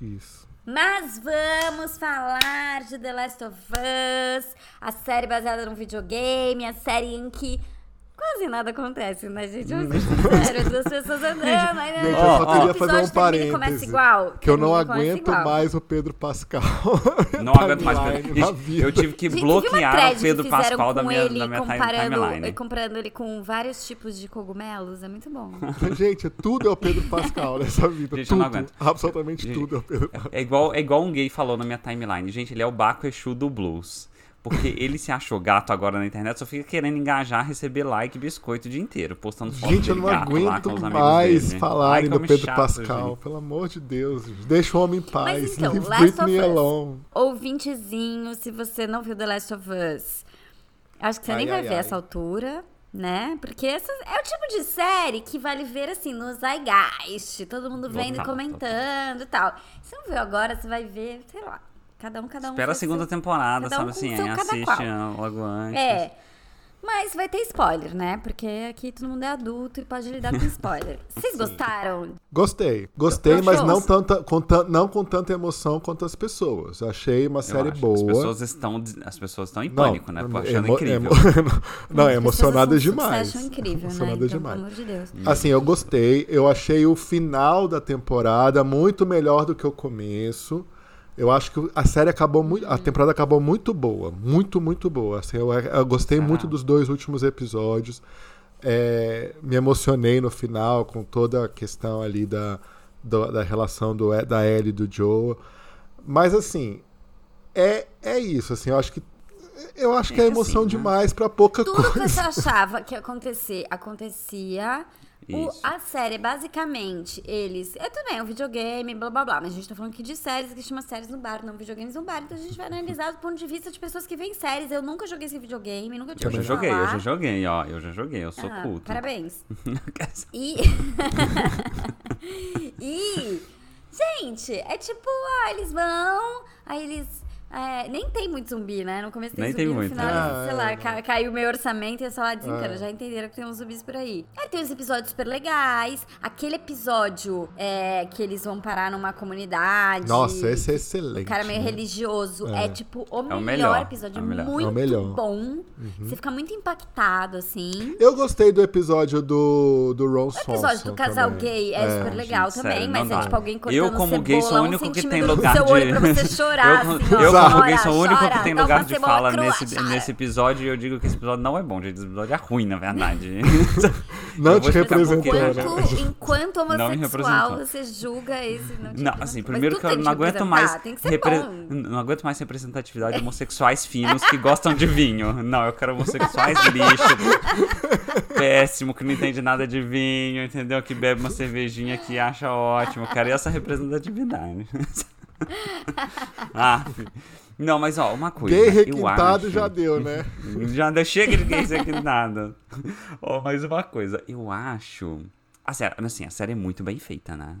[SPEAKER 1] Isso.
[SPEAKER 2] Mas vamos falar de The Last of Us, a série baseada num videogame, a série em que quase nada acontece, né, gente? Vamos ser sinceros, duas pessoas andando. aí,
[SPEAKER 1] Uhum. Gente, eu
[SPEAKER 3] Ó,
[SPEAKER 1] só
[SPEAKER 3] ó.
[SPEAKER 1] queria
[SPEAKER 2] o
[SPEAKER 1] fazer um
[SPEAKER 2] episódio termina e começa
[SPEAKER 1] parêntese.
[SPEAKER 2] igual,
[SPEAKER 1] que eu não
[SPEAKER 2] termina e começa
[SPEAKER 1] aguento
[SPEAKER 2] igual.
[SPEAKER 1] mais o Pedro Pascal.
[SPEAKER 3] [LAUGHS] Não aguento mais.
[SPEAKER 1] Timeline
[SPEAKER 3] Pedro.
[SPEAKER 1] da
[SPEAKER 3] Gente, eu tipo,
[SPEAKER 1] vida.
[SPEAKER 3] tive que
[SPEAKER 2] Gente, viu uma
[SPEAKER 3] bloquear
[SPEAKER 2] thread
[SPEAKER 3] o
[SPEAKER 2] que
[SPEAKER 3] Pedro
[SPEAKER 2] fizeram
[SPEAKER 3] Pascal da
[SPEAKER 2] com
[SPEAKER 3] minha,
[SPEAKER 2] ele
[SPEAKER 3] da minha time-
[SPEAKER 2] comparando,
[SPEAKER 3] timeline.
[SPEAKER 2] Comparando ele com vários tipos de cogumelos, é
[SPEAKER 3] [LAUGHS]
[SPEAKER 2] muito bom.
[SPEAKER 1] Gente, tudo é o Pedro Pascal nessa vida.
[SPEAKER 3] Gente,
[SPEAKER 1] tudo.
[SPEAKER 3] eu não aguento.
[SPEAKER 1] Absolutamente
[SPEAKER 3] Gente,
[SPEAKER 1] tudo é o Pedro Pascal.
[SPEAKER 3] É igual, é igual um gay falou na minha timeline. Gente, ele é o Baco Exu do blues. Porque ele se achou gato agora na internet, só fica querendo engajar, receber like, biscoito o dia inteiro, postando foto
[SPEAKER 1] Gente, eu
[SPEAKER 3] dele
[SPEAKER 1] não
[SPEAKER 3] gato lá
[SPEAKER 1] aguento
[SPEAKER 3] com os amigos
[SPEAKER 1] mais
[SPEAKER 3] dele. Ai,
[SPEAKER 1] falarem do
[SPEAKER 3] como é
[SPEAKER 1] Pedro
[SPEAKER 3] chato,
[SPEAKER 1] Pascal.
[SPEAKER 3] gente.
[SPEAKER 1] Pelo amor de Deus. gente. Deixa o homem em paz.
[SPEAKER 2] Mas então,
[SPEAKER 1] Leave
[SPEAKER 2] Last of
[SPEAKER 1] Britney
[SPEAKER 2] Us.
[SPEAKER 1] alone.
[SPEAKER 2] Ouvintezinho, se você não viu The Last of Us, acho que você
[SPEAKER 1] Ai,
[SPEAKER 2] nem vai
[SPEAKER 1] ai,
[SPEAKER 2] ver
[SPEAKER 1] ai.
[SPEAKER 2] essa altura, né? Porque essa é o tipo de série que vale ver assim no Zeitgeist, todo mundo vendo e
[SPEAKER 3] Total,
[SPEAKER 2] comentando e tal. Se não viu agora, você vai ver, sei lá, cada um, cada um.
[SPEAKER 3] Espera a
[SPEAKER 2] faz
[SPEAKER 3] segunda
[SPEAKER 2] seu-
[SPEAKER 3] temporada,
[SPEAKER 2] cada um
[SPEAKER 3] sabe
[SPEAKER 2] com
[SPEAKER 3] assim?
[SPEAKER 2] seu
[SPEAKER 3] é,
[SPEAKER 2] cada
[SPEAKER 3] assiste
[SPEAKER 2] qual.
[SPEAKER 3] logo antes.
[SPEAKER 2] É. Mas vai ter spoiler, né? Porque aqui todo mundo é adulto e pode lidar com spoiler. Vocês gostaram?
[SPEAKER 1] Gostei, gostei, mas
[SPEAKER 2] Gostou?
[SPEAKER 1] não, tanta, com tan- não com tanta emoção quanto as pessoas. Achei uma
[SPEAKER 3] Eu
[SPEAKER 1] série
[SPEAKER 3] acho.
[SPEAKER 1] boa.
[SPEAKER 3] As pessoas estão, des- as pessoas estão em
[SPEAKER 1] não, é
[SPEAKER 3] pânico, né? Pô, achando
[SPEAKER 1] emo- [LAUGHS]
[SPEAKER 3] incrível.
[SPEAKER 1] emo- não,
[SPEAKER 2] As
[SPEAKER 1] emocionadas
[SPEAKER 2] pessoas acham-
[SPEAKER 1] demais.
[SPEAKER 2] Vocês acham incrível,
[SPEAKER 1] emocionada
[SPEAKER 2] né? Então,
[SPEAKER 1] demais.
[SPEAKER 2] pelo amor de Deus.
[SPEAKER 3] Hum.
[SPEAKER 1] Assim, eu gostei. Eu achei o final da temporada muito melhor do que o começo. Eu acho que a série acabou muito. A temporada acabou muito boa. Muito, muito boa. Assim, eu, eu
[SPEAKER 3] Ah.
[SPEAKER 1] gostei muito dos dois últimos episódios. É, me emocionei no final com toda a questão ali da, do- da relação do, E- da Ellie e do Joe. Mas assim, é, é isso. Assim, eu acho que. Eu acho que é
[SPEAKER 3] que
[SPEAKER 1] emoção
[SPEAKER 3] assim, né?
[SPEAKER 1] demais pra pouca
[SPEAKER 2] Tudo que
[SPEAKER 1] coisa.
[SPEAKER 2] você achava que ia acontecer, acontecia. O-
[SPEAKER 3] Isso.
[SPEAKER 2] a série, basicamente, eles. É também um videogame, blá blá blá. Mas a gente tá falando aqui de séries, que chama séries no bar, não videogames no bar. Então a gente vai analisar do ponto de vista de pessoas que veem séries. Eu nunca joguei esse videogame, nunca tinha
[SPEAKER 3] Eu já
[SPEAKER 2] ouvido
[SPEAKER 3] joguei, eu
[SPEAKER 2] falar.
[SPEAKER 3] já joguei, ó. Eu já joguei, eu sou
[SPEAKER 2] Ah,
[SPEAKER 3] culto.
[SPEAKER 2] Parabéns. E. [LAUGHS] e. Gente, é tipo, ah, eles vão, aí eles. é, nem tem muito zumbi, né? No começo tem
[SPEAKER 3] Nem
[SPEAKER 2] zumbi,
[SPEAKER 3] tem
[SPEAKER 2] no
[SPEAKER 3] muito,
[SPEAKER 2] final,
[SPEAKER 1] né?
[SPEAKER 2] eles,
[SPEAKER 1] Ah,
[SPEAKER 2] sei
[SPEAKER 1] é,
[SPEAKER 2] lá,
[SPEAKER 1] não. É.
[SPEAKER 2] ca- caiu o meu orçamento e eu só ah, desencana. Já entenderam que tem uns zumbis por aí. Aí tem uns episódios super legais. Aquele episódio é, que eles vão parar numa comunidade.
[SPEAKER 1] Nossa, esse é excelente.
[SPEAKER 2] O cara meio
[SPEAKER 1] né?
[SPEAKER 2] religioso. É, tipo o melhor,
[SPEAKER 3] melhor,
[SPEAKER 2] episódio.
[SPEAKER 3] é o melhor.
[SPEAKER 2] Muito
[SPEAKER 1] É o melhor.
[SPEAKER 2] bom. Você fica muito impactado, assim.
[SPEAKER 1] Eu gostei do episódio do, do Ron
[SPEAKER 2] O episódio
[SPEAKER 1] Swanson
[SPEAKER 2] do casal
[SPEAKER 1] também.
[SPEAKER 2] gay é, super legal
[SPEAKER 3] gente,
[SPEAKER 2] também,
[SPEAKER 3] sério,
[SPEAKER 2] mas
[SPEAKER 3] não
[SPEAKER 2] é
[SPEAKER 3] dá.
[SPEAKER 2] tipo alguém cortando
[SPEAKER 3] Eu, como gay, sou
[SPEAKER 2] cebola,
[SPEAKER 3] o
[SPEAKER 2] um
[SPEAKER 3] único que tem
[SPEAKER 2] centímetro do
[SPEAKER 3] lugar
[SPEAKER 2] seu
[SPEAKER 3] de.
[SPEAKER 2] olho pra você
[SPEAKER 3] [LAUGHS]
[SPEAKER 2] chorar,
[SPEAKER 3] eu,
[SPEAKER 2] assim, ó.
[SPEAKER 3] eu como
[SPEAKER 2] Chora,
[SPEAKER 3] gay, sou o único
[SPEAKER 2] chora,
[SPEAKER 3] que tem
[SPEAKER 2] dá uma
[SPEAKER 3] lugar de
[SPEAKER 2] cebola
[SPEAKER 3] fala
[SPEAKER 2] crua,
[SPEAKER 3] nesse,
[SPEAKER 2] chora.
[SPEAKER 3] nesse episódio. E eu digo que esse episódio não é bom, gente. Esse episódio é ruim, na
[SPEAKER 2] [LAUGHS]
[SPEAKER 3] verdade.
[SPEAKER 1] Não
[SPEAKER 3] Eu
[SPEAKER 1] te
[SPEAKER 3] vou explicar por quê,
[SPEAKER 1] representou, né?
[SPEAKER 3] já, já.
[SPEAKER 2] Enquanto, enquanto
[SPEAKER 3] Não me
[SPEAKER 2] homossexual,
[SPEAKER 3] representou.
[SPEAKER 2] você julga esse... Não, te
[SPEAKER 3] Não,
[SPEAKER 2] representa.
[SPEAKER 3] assim,
[SPEAKER 2] Mas
[SPEAKER 3] primeiro
[SPEAKER 2] tudo
[SPEAKER 3] que eu
[SPEAKER 2] tem
[SPEAKER 3] não aguento mais.
[SPEAKER 2] representar, Tem que ser
[SPEAKER 3] repre-
[SPEAKER 2] bom.
[SPEAKER 3] N- Não aguento mais representatividade de homossexuais finos que gostam de vinho. Não, eu quero homossexuais lixo. Péssimo, que não entende nada de vinho, entendeu? Que bebe uma cervejinha que acha ótimo. Eu quero essa representatividade. [LAUGHS] ah, fi- não, mas ó, uma coisa.
[SPEAKER 1] Gay
[SPEAKER 3] né? eu
[SPEAKER 1] requintado
[SPEAKER 3] acho...
[SPEAKER 1] já deu,
[SPEAKER 2] [LAUGHS]
[SPEAKER 1] né?
[SPEAKER 3] Já deu- chega de gay aqui nada. [LAUGHS] Ó, mais uma coisa. Eu acho. A série, assim, a série é muito bem feita, né?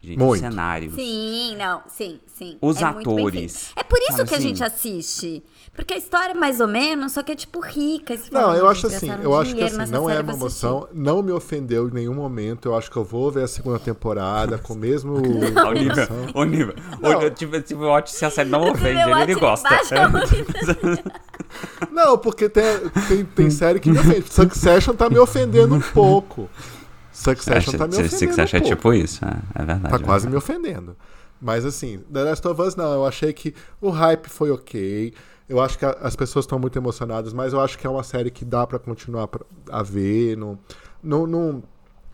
[SPEAKER 3] Gente,
[SPEAKER 1] Muito.
[SPEAKER 3] os cenários.
[SPEAKER 2] Sim, não, sim, sim.
[SPEAKER 3] Os
[SPEAKER 2] É muito bem
[SPEAKER 3] atores.
[SPEAKER 2] feito. É por isso
[SPEAKER 3] Sabe
[SPEAKER 2] que a
[SPEAKER 3] assim?
[SPEAKER 2] gente assiste. Porque a história é mais ou menos, só que é tipo rica. Você fala,
[SPEAKER 1] Não, eu
[SPEAKER 2] "Gente,
[SPEAKER 1] acho assim,
[SPEAKER 2] gastaram
[SPEAKER 1] eu acho que
[SPEAKER 2] dinheiro
[SPEAKER 1] assim,
[SPEAKER 2] nessa
[SPEAKER 1] não é
[SPEAKER 2] série,
[SPEAKER 1] uma
[SPEAKER 2] vou assistir."
[SPEAKER 1] emoção, não me ofendeu em nenhum momento. Eu acho que eu vou ver a segunda temporada com o mesmo.
[SPEAKER 3] [LAUGHS] Ao nível, o nível.
[SPEAKER 1] Não.
[SPEAKER 3] O, tipo, tipo, o Otis, se a série não ofende,
[SPEAKER 2] Meu
[SPEAKER 3] ele, ele
[SPEAKER 2] ótimo,
[SPEAKER 3] gosta.
[SPEAKER 2] baixa
[SPEAKER 3] É. [LAUGHS]
[SPEAKER 1] Não, porque tem, tem, tem série que me ofende. Succession tá me ofendendo um pouco. Succession tá me
[SPEAKER 3] Se- se- se- se- se-
[SPEAKER 1] ofendendo.
[SPEAKER 3] acha
[SPEAKER 1] Um pouco.
[SPEAKER 3] tipo isso, é, é verdade.
[SPEAKER 1] Tá
[SPEAKER 3] é
[SPEAKER 1] quase me
[SPEAKER 3] verdade.
[SPEAKER 1] ofendendo. Mas assim, The Last of Us não, eu achei que o hype foi ok. Eu acho que a- as pessoas estão muito emocionadas, mas eu acho que é uma série que dá pra continuar pra- a ver. Não, não, não,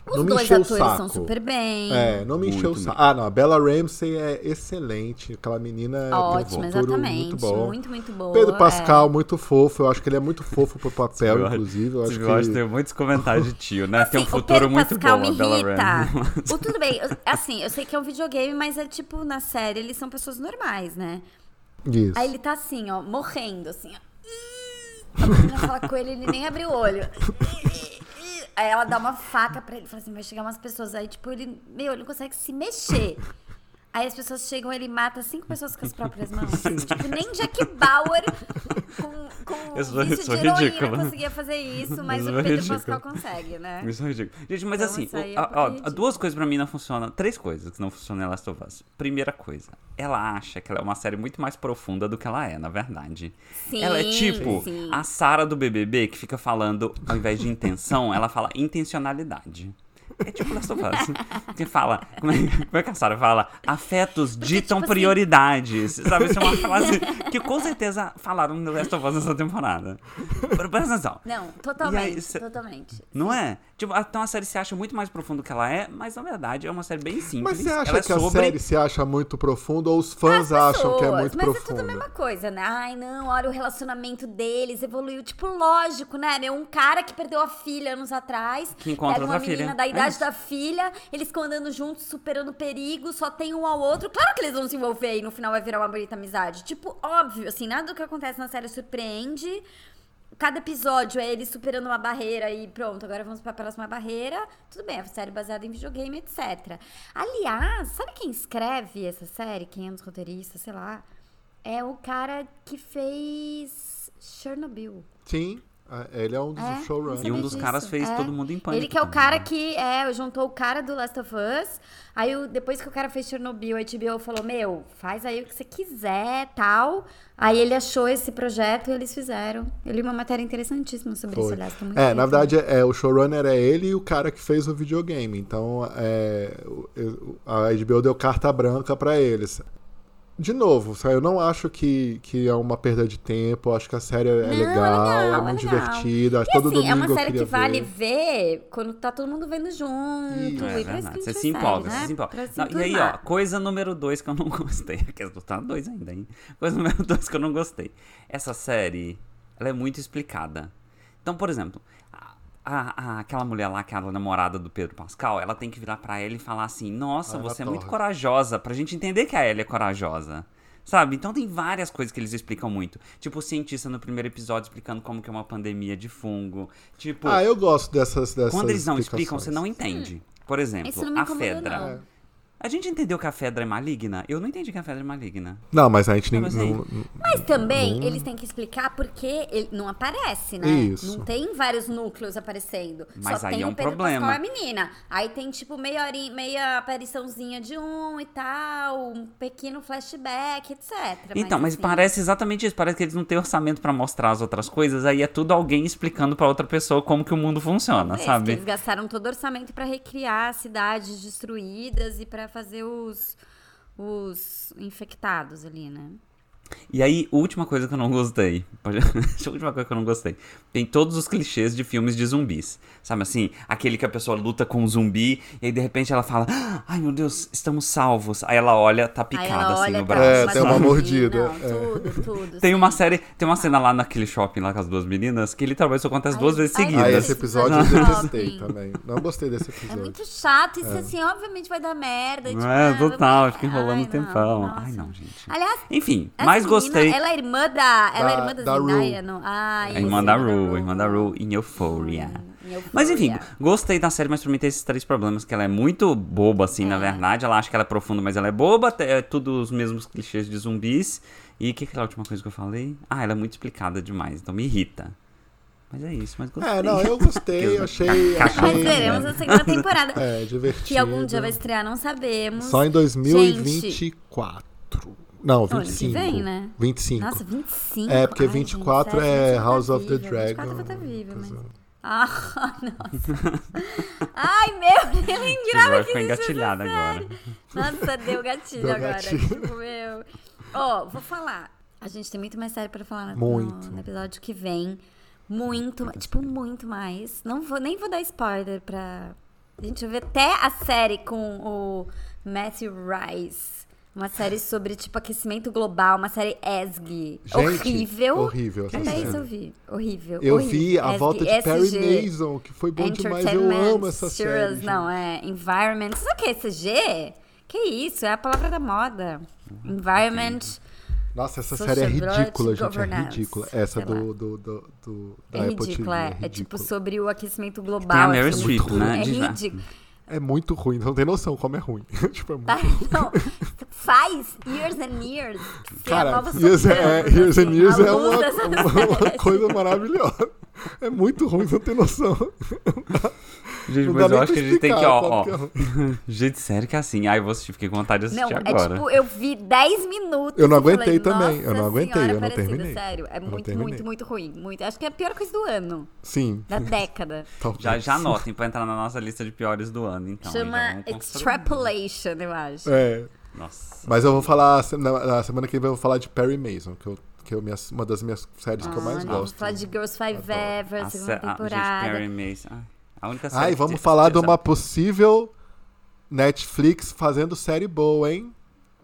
[SPEAKER 2] Os
[SPEAKER 1] não me
[SPEAKER 2] dois
[SPEAKER 1] encheu o
[SPEAKER 2] atores
[SPEAKER 1] saco.
[SPEAKER 2] são super bem.
[SPEAKER 1] É, não me encheu o
[SPEAKER 3] Muito
[SPEAKER 1] saco. Ah, não, a Bella Ramsey é excelente. Aquela menina tem um
[SPEAKER 2] Ótimo,
[SPEAKER 1] futuro
[SPEAKER 2] exatamente.
[SPEAKER 1] muito bom.
[SPEAKER 2] Muito, muito boa.
[SPEAKER 1] Pedro
[SPEAKER 2] é.
[SPEAKER 1] Pascal, muito fofo. Eu acho que ele é muito fofo pro
[SPEAKER 3] [LAUGHS]
[SPEAKER 1] papel,
[SPEAKER 3] Eu acho-
[SPEAKER 1] inclusive. Eu acho
[SPEAKER 3] Eu acho que
[SPEAKER 1] que...
[SPEAKER 3] tem muitos comentários de tio, né? tem um
[SPEAKER 2] Assim,
[SPEAKER 3] futuro
[SPEAKER 2] o Pedro
[SPEAKER 3] muito
[SPEAKER 2] Pascal
[SPEAKER 3] bom, a
[SPEAKER 2] me
[SPEAKER 3] Bella Ramsey.
[SPEAKER 2] irrita. o, tudo bem, eu, assim, eu sei que é um videogame, mas é tipo, na série, eles são pessoas normais, né?
[SPEAKER 3] um
[SPEAKER 1] Isso.
[SPEAKER 2] Aí ele tá assim, ó, morrendo, assim, ó. A menina fala com ele, ele nem abre o olho. Aí ela dá uma faca pra ele, fala assim, vai chegar umas pessoas. Aí, tipo, ele, meu, ele não consegue se mexer. Aí as pessoas chegam, ele mata cinco pessoas com as próprias
[SPEAKER 3] [LAUGHS]
[SPEAKER 2] mãos. assim, tipo, nem Jack Bauer com, com
[SPEAKER 3] Isso é-
[SPEAKER 2] vício
[SPEAKER 3] isso é
[SPEAKER 2] de heroína
[SPEAKER 3] ridículo.
[SPEAKER 2] conseguia fazer isso, mas
[SPEAKER 3] Isso
[SPEAKER 2] o
[SPEAKER 3] é
[SPEAKER 2] Pedro
[SPEAKER 3] ridículo.
[SPEAKER 2] Pascal consegue, né?
[SPEAKER 3] Isso é ridículo. Gente, mas
[SPEAKER 2] Então,
[SPEAKER 3] assim,
[SPEAKER 2] isso aí é
[SPEAKER 3] ó, ó,
[SPEAKER 2] ridículo.
[SPEAKER 3] duas coisas pra mim não funcionam. Três coisas que não funcionam em Last of Us. Primeira coisa, ela acha que ela é uma série muito mais profunda do que ela é, na verdade.
[SPEAKER 2] Sim,
[SPEAKER 3] ela é tipo
[SPEAKER 2] sim.
[SPEAKER 3] a Sara do BBB que fica falando, ao invés de intenção, ela fala intencionalidade. É tipo Last of Us. Que fala. Como é, como é que a Sara fala? Afetos ditam
[SPEAKER 2] tipo assim-
[SPEAKER 3] prioridades. Sabe? Isso é uma frase que com certeza falaram no Last of Us nessa temporada. Presta atenção.
[SPEAKER 2] Não, totalmente,
[SPEAKER 3] E aí, cê-
[SPEAKER 2] totalmente.
[SPEAKER 3] Não é? Tipo, a- então a série se acha muito mais profunda do que ela é, mas na verdade é uma série bem simples.
[SPEAKER 1] Mas você
[SPEAKER 3] ela
[SPEAKER 1] acha
[SPEAKER 3] é
[SPEAKER 1] que
[SPEAKER 3] sobre...
[SPEAKER 1] a série se acha muito profunda ou os fãs
[SPEAKER 2] As
[SPEAKER 1] acham que é
[SPEAKER 2] pessoas,
[SPEAKER 1] muito
[SPEAKER 2] mas é
[SPEAKER 1] profunda?
[SPEAKER 2] tudo a mesma coisa, né? Ai, não, olha o relacionamento deles, evoluiu. Tipo, lógico, né? Meu, um cara que perdeu a filha anos atrás.
[SPEAKER 3] Que encontra
[SPEAKER 2] pega uma
[SPEAKER 3] outra
[SPEAKER 2] menina
[SPEAKER 3] filha.
[SPEAKER 2] da
[SPEAKER 3] É
[SPEAKER 2] idade
[SPEAKER 3] isso.
[SPEAKER 2] da filha, eles ficam andando juntos, superando perigo, só tem um ao outro. Claro que eles vão se envolver e no final vai virar uma bonita amizade. Tipo, óbvio, assim, nada do que acontece na série surpreende. Cada episódio é ele superando uma barreira e pronto, agora vamos pra próxima barreira. Tudo bem, é uma série baseada em videogame, etc. Aliás, sabe quem escreve essa série? Quem é um dos roteiristas, sei lá? É o cara que fez Chernobyl.
[SPEAKER 1] Sim, ah, ele é um dos
[SPEAKER 2] É, não
[SPEAKER 1] showrunners.
[SPEAKER 3] E um
[SPEAKER 2] sabia
[SPEAKER 3] dos
[SPEAKER 2] disso.
[SPEAKER 3] caras fez
[SPEAKER 2] É.
[SPEAKER 3] Todo Mundo em Pânico.
[SPEAKER 2] Ele que é o
[SPEAKER 3] também,
[SPEAKER 2] cara
[SPEAKER 3] né?
[SPEAKER 2] que é, juntou o cara do Last of Us. Aí o- depois que o cara fez Chernobyl, a HBO falou: Meu, faz aí o que você quiser tal. Aí ele achou esse projeto e eles fizeram. Eu li uma matéria interessantíssima sobre isso,
[SPEAKER 1] Foi.
[SPEAKER 2] aliás, tô muito
[SPEAKER 1] É, na
[SPEAKER 2] feliz.
[SPEAKER 1] verdade, é, o showrunner é ele e o cara que fez o videogame. Então, é, o- o- a HBO deu carta branca pra eles. de novo, sabe, eu não acho que, que é uma perda de tempo, eu acho que a série é legal, é, muito divertida.
[SPEAKER 2] E,
[SPEAKER 1] todo
[SPEAKER 2] assim,
[SPEAKER 1] domingo
[SPEAKER 2] é uma
[SPEAKER 1] eu
[SPEAKER 2] série que
[SPEAKER 1] queria
[SPEAKER 2] vale
[SPEAKER 1] ver.
[SPEAKER 2] ver quando tá todo mundo vendo junto.
[SPEAKER 1] Isso.
[SPEAKER 2] e
[SPEAKER 3] É
[SPEAKER 2] pra isso que a
[SPEAKER 3] verdade. Você
[SPEAKER 2] gente
[SPEAKER 3] se
[SPEAKER 2] faz,
[SPEAKER 3] empolga,
[SPEAKER 2] né?
[SPEAKER 3] você se
[SPEAKER 2] Pra
[SPEAKER 3] empolga.
[SPEAKER 2] se
[SPEAKER 3] Não, e aí, ó,
[SPEAKER 2] enturmar.
[SPEAKER 3] coisa número dois que eu não [LAUGHS] gostei. Quer dizer, tá dois ainda, hein? Coisa número [LAUGHS] dois que eu não gostei. Essa série, ela é muito explicada. Então, por exemplo, a- a- a- aquela mulher lá, que é a namorada do Pedro Pascal, ela tem que virar pra ela e falar assim: Nossa,
[SPEAKER 1] Ah, ela
[SPEAKER 3] você é muito
[SPEAKER 1] torre.
[SPEAKER 3] corajosa, pra gente entender que a Ellie é corajosa. Sabe? Então tem várias coisas que eles explicam muito. Tipo, o cientista no primeiro episódio explicando como que é uma pandemia de fungo. Tipo,
[SPEAKER 1] Ah, eu gosto dessas, dessas
[SPEAKER 3] quando eles não explicam,
[SPEAKER 1] explicações.
[SPEAKER 3] você não entende. Por exemplo,
[SPEAKER 2] Hum. Isso não me
[SPEAKER 3] a
[SPEAKER 2] incomodou,
[SPEAKER 3] Fedra. É.
[SPEAKER 2] não.
[SPEAKER 3] A gente entendeu que a Fedra é maligna? Eu não entendi que a Fedra é maligna.
[SPEAKER 1] Não, mas a gente nem.
[SPEAKER 3] Não, mas aí-
[SPEAKER 1] não- não-
[SPEAKER 2] Mas
[SPEAKER 3] Hum.
[SPEAKER 2] também eles têm que explicar porque ele não aparece, né?
[SPEAKER 1] Isso.
[SPEAKER 2] Não tem vários núcleos aparecendo.
[SPEAKER 3] Mas
[SPEAKER 2] Só
[SPEAKER 3] aí
[SPEAKER 2] tem
[SPEAKER 3] é um
[SPEAKER 2] o Pedro
[SPEAKER 3] problema.
[SPEAKER 2] Pascal e a menina. Aí tem, tipo, meia, hori- meia apariçãozinha de um e tal, um pequeno flashback, etc.
[SPEAKER 3] então, mas
[SPEAKER 2] assim,
[SPEAKER 3] parece exatamente isso. Parece que eles não têm orçamento pra mostrar as outras coisas. Aí é tudo alguém explicando pra outra pessoa como que o mundo funciona,
[SPEAKER 2] é isso, que
[SPEAKER 3] sabe?
[SPEAKER 2] Eles gastaram todo o orçamento pra recriar as cidades destruídas e pra fazer os, os infectados ali, né?
[SPEAKER 3] E aí, última coisa que eu não gostei. Pode- [LAUGHS] a última coisa que eu não gostei. Tem todos os clichês de filmes de zumbis. Sabe assim? Aquele que a pessoa luta com um zumbi e aí de repente ela fala: "Ah, Ai meu Deus, estamos salvos. Aí ela olha, tá picada
[SPEAKER 2] Aí ela
[SPEAKER 3] assim
[SPEAKER 2] olha,
[SPEAKER 3] no
[SPEAKER 2] tá
[SPEAKER 3] braço.
[SPEAKER 1] É, tem uma
[SPEAKER 3] sabe?
[SPEAKER 1] mordida,
[SPEAKER 2] Não,
[SPEAKER 1] é.
[SPEAKER 2] Tudo, tudo. assim.
[SPEAKER 3] Tem uma
[SPEAKER 2] sim.
[SPEAKER 3] série, tem uma cena lá naquele shopping lá com as duas meninas que literalmente isso acontece duas
[SPEAKER 2] Ai,
[SPEAKER 3] vezes
[SPEAKER 2] ai,
[SPEAKER 1] Ah,
[SPEAKER 2] Sim,
[SPEAKER 1] esse
[SPEAKER 3] seguidas. [LAUGHS]
[SPEAKER 2] mas-
[SPEAKER 1] episódio eu
[SPEAKER 2] Shopping.
[SPEAKER 1] detestei também. Não gostei desse
[SPEAKER 2] É
[SPEAKER 1] episódio.
[SPEAKER 2] muito chato, isso assim, obviamente vai dar merda. tipo,
[SPEAKER 3] é,
[SPEAKER 2] ah,
[SPEAKER 3] total,
[SPEAKER 2] vamos-
[SPEAKER 3] fica enrolando
[SPEAKER 2] Ai,
[SPEAKER 3] um tempão.
[SPEAKER 2] não,
[SPEAKER 3] Ai,
[SPEAKER 2] nossa.
[SPEAKER 3] não, gente.
[SPEAKER 2] Aliás,
[SPEAKER 3] Enfim,
[SPEAKER 2] essa
[SPEAKER 3] mas
[SPEAKER 2] menina,
[SPEAKER 3] gostei.
[SPEAKER 2] Ela é irmã da. Ela é
[SPEAKER 1] Da-
[SPEAKER 2] irmã da,
[SPEAKER 1] da Rue.
[SPEAKER 2] Zendaya, não? Ah,
[SPEAKER 3] A irmã
[SPEAKER 2] isso,
[SPEAKER 3] da Rue, a irmã da Rue em Euphoria.
[SPEAKER 2] Em
[SPEAKER 3] Mas enfim,
[SPEAKER 2] Euphoria.
[SPEAKER 3] gostei da série, mas pra mim tem esses três problemas, que ela é muito boba, assim, na verdade. Ela acha que ela é profunda, mas ela é boba, te- é tudo os mesmos clichês de zumbis. E o que, que é a última coisa que eu falei? Ah, ela é muito explicada demais, então me irrita. Mas é isso, mas gostei.
[SPEAKER 1] É, não, eu gostei, achei.
[SPEAKER 2] Mas
[SPEAKER 1] achei
[SPEAKER 2] veremos a segunda temporada.
[SPEAKER 1] é, divertido.
[SPEAKER 2] [LAUGHS] Que algum dia vai um estrear, não sabemos.
[SPEAKER 1] Só em
[SPEAKER 2] Gente,
[SPEAKER 1] 2024. Não,
[SPEAKER 2] Não, ano que
[SPEAKER 1] 25.
[SPEAKER 2] vem, né?
[SPEAKER 1] 25.
[SPEAKER 2] nossa, 25.
[SPEAKER 1] É, porque
[SPEAKER 2] Ai,
[SPEAKER 1] 24
[SPEAKER 2] gente, sério,
[SPEAKER 1] é
[SPEAKER 2] 24
[SPEAKER 1] House
[SPEAKER 2] tá
[SPEAKER 1] of the
[SPEAKER 2] viva, 24 eu vou
[SPEAKER 1] Dragon. é.
[SPEAKER 2] tá viva, mas...
[SPEAKER 1] Exato.
[SPEAKER 2] Ah, [LAUGHS] nossa. Ai, meu, [LAUGHS] nem lembrava
[SPEAKER 3] Agora
[SPEAKER 2] que é
[SPEAKER 3] ficou
[SPEAKER 2] existia essa
[SPEAKER 3] engatilhada agora.
[SPEAKER 2] Nossa, deu gatilho
[SPEAKER 1] Deu
[SPEAKER 2] agora.
[SPEAKER 1] gatilho.
[SPEAKER 2] Tipo, meu. Ó, vou falar. A gente tem muito mais série pra falar no,
[SPEAKER 1] Muito.
[SPEAKER 2] no episódio que vem. Muito, ma- tipo, muito mais. Não vou, nem vou dar spoiler pra. A gente vai ver até a série com o Matthew Rice. Uma série sobre, tipo, aquecimento global, uma série ESG.
[SPEAKER 1] Gente,
[SPEAKER 2] horrível.
[SPEAKER 1] horrível essa
[SPEAKER 2] Até
[SPEAKER 1] série.
[SPEAKER 2] isso eu vi. Horrível.
[SPEAKER 1] Eu
[SPEAKER 2] horrível.
[SPEAKER 1] vi a
[SPEAKER 2] ESG,
[SPEAKER 1] volta de Perry
[SPEAKER 2] SG.
[SPEAKER 1] Mason, que foi bom demais. Eu
[SPEAKER 2] Entertainment,
[SPEAKER 1] amo essa série.
[SPEAKER 2] Sures, não,
[SPEAKER 1] gente.
[SPEAKER 2] é Environment. Sabe o que é CG? Que isso? É a palavra da moda. Environment.
[SPEAKER 1] Nossa, essa
[SPEAKER 2] Social
[SPEAKER 1] série é ridícula,
[SPEAKER 2] Brotherhood
[SPEAKER 1] gente. É
[SPEAKER 2] Governance,
[SPEAKER 1] ridícula. Essa
[SPEAKER 2] sei lá.
[SPEAKER 1] do, do, do, do-
[SPEAKER 2] É
[SPEAKER 1] da Apple TV.
[SPEAKER 2] ridícula. É,
[SPEAKER 1] É,
[SPEAKER 2] é tipo
[SPEAKER 1] ridícula.
[SPEAKER 2] sobre o aquecimento global.
[SPEAKER 3] Tem a Meryl
[SPEAKER 2] assim.
[SPEAKER 3] Streep, né?
[SPEAKER 2] É
[SPEAKER 3] Diz lá.
[SPEAKER 2] ridículo. [LAUGHS]
[SPEAKER 1] É muito ruim, não tem noção como é ruim. [LAUGHS] tipo, é muito
[SPEAKER 2] Tá? Não. Faz Years and Years. Que é a
[SPEAKER 1] Cara,
[SPEAKER 2] nova
[SPEAKER 1] Years,
[SPEAKER 2] Sopranos,
[SPEAKER 1] é, Years and
[SPEAKER 2] assim,
[SPEAKER 1] Years
[SPEAKER 2] a
[SPEAKER 1] é
[SPEAKER 2] luz
[SPEAKER 1] uma, [LAUGHS]
[SPEAKER 2] dessa
[SPEAKER 1] uma- uma
[SPEAKER 2] série.
[SPEAKER 1] coisa maravilhosa. É muito ruim, você não tem noção.
[SPEAKER 3] Gente,
[SPEAKER 1] Não
[SPEAKER 3] mas
[SPEAKER 1] dá
[SPEAKER 3] eu
[SPEAKER 1] nem
[SPEAKER 3] acho
[SPEAKER 1] pra
[SPEAKER 3] que a gente tem que,
[SPEAKER 1] explicar
[SPEAKER 3] ó,
[SPEAKER 1] qual
[SPEAKER 3] ó.
[SPEAKER 1] que é o-
[SPEAKER 3] Gente, sério que é assim. Ai, eu vou assistir, fiquei com vontade de
[SPEAKER 2] Não,
[SPEAKER 3] assistir
[SPEAKER 2] é
[SPEAKER 3] agora.
[SPEAKER 2] tipo, eu vi 10 minutos.
[SPEAKER 1] Eu não
[SPEAKER 2] e falei,
[SPEAKER 1] aguentei também, eu não
[SPEAKER 2] "Nossa
[SPEAKER 1] aguentei,
[SPEAKER 2] Senhora
[SPEAKER 1] eu não
[SPEAKER 2] Aparecida",
[SPEAKER 1] terminei.
[SPEAKER 2] Sério, é
[SPEAKER 1] Eu não
[SPEAKER 2] muito,
[SPEAKER 1] terminei.
[SPEAKER 2] muito, muito ruim. Muito. Acho que é a pior coisa do ano,
[SPEAKER 1] Sim. [LAUGHS] Tá
[SPEAKER 2] da década.
[SPEAKER 1] talvez.
[SPEAKER 3] Já, já anotem pra entrar na nossa lista de piores do ano, então. aí já
[SPEAKER 2] Chama
[SPEAKER 3] vamos construindo.
[SPEAKER 2] Extrapolation, eu acho.
[SPEAKER 1] É,
[SPEAKER 3] Nossa.
[SPEAKER 1] mas eu vou falar, se- na, na semana que vem eu vou falar de Perry Mason, que, eu, que é minha- uma das minhas séries que eu mais
[SPEAKER 2] Olha, Ah, Vamos
[SPEAKER 1] gosto. né?
[SPEAKER 2] falar de Girls Five
[SPEAKER 1] Adoro.
[SPEAKER 2] Ever,
[SPEAKER 3] A sé-
[SPEAKER 2] segunda
[SPEAKER 3] a- ah, gente,
[SPEAKER 2] temporada.
[SPEAKER 3] Perry Mason. Ai, A única série
[SPEAKER 1] Ah, e
[SPEAKER 3] que
[SPEAKER 1] vamos
[SPEAKER 3] tem-
[SPEAKER 1] falar de
[SPEAKER 3] essa-
[SPEAKER 1] uma possível Netflix fazendo série boa, hein?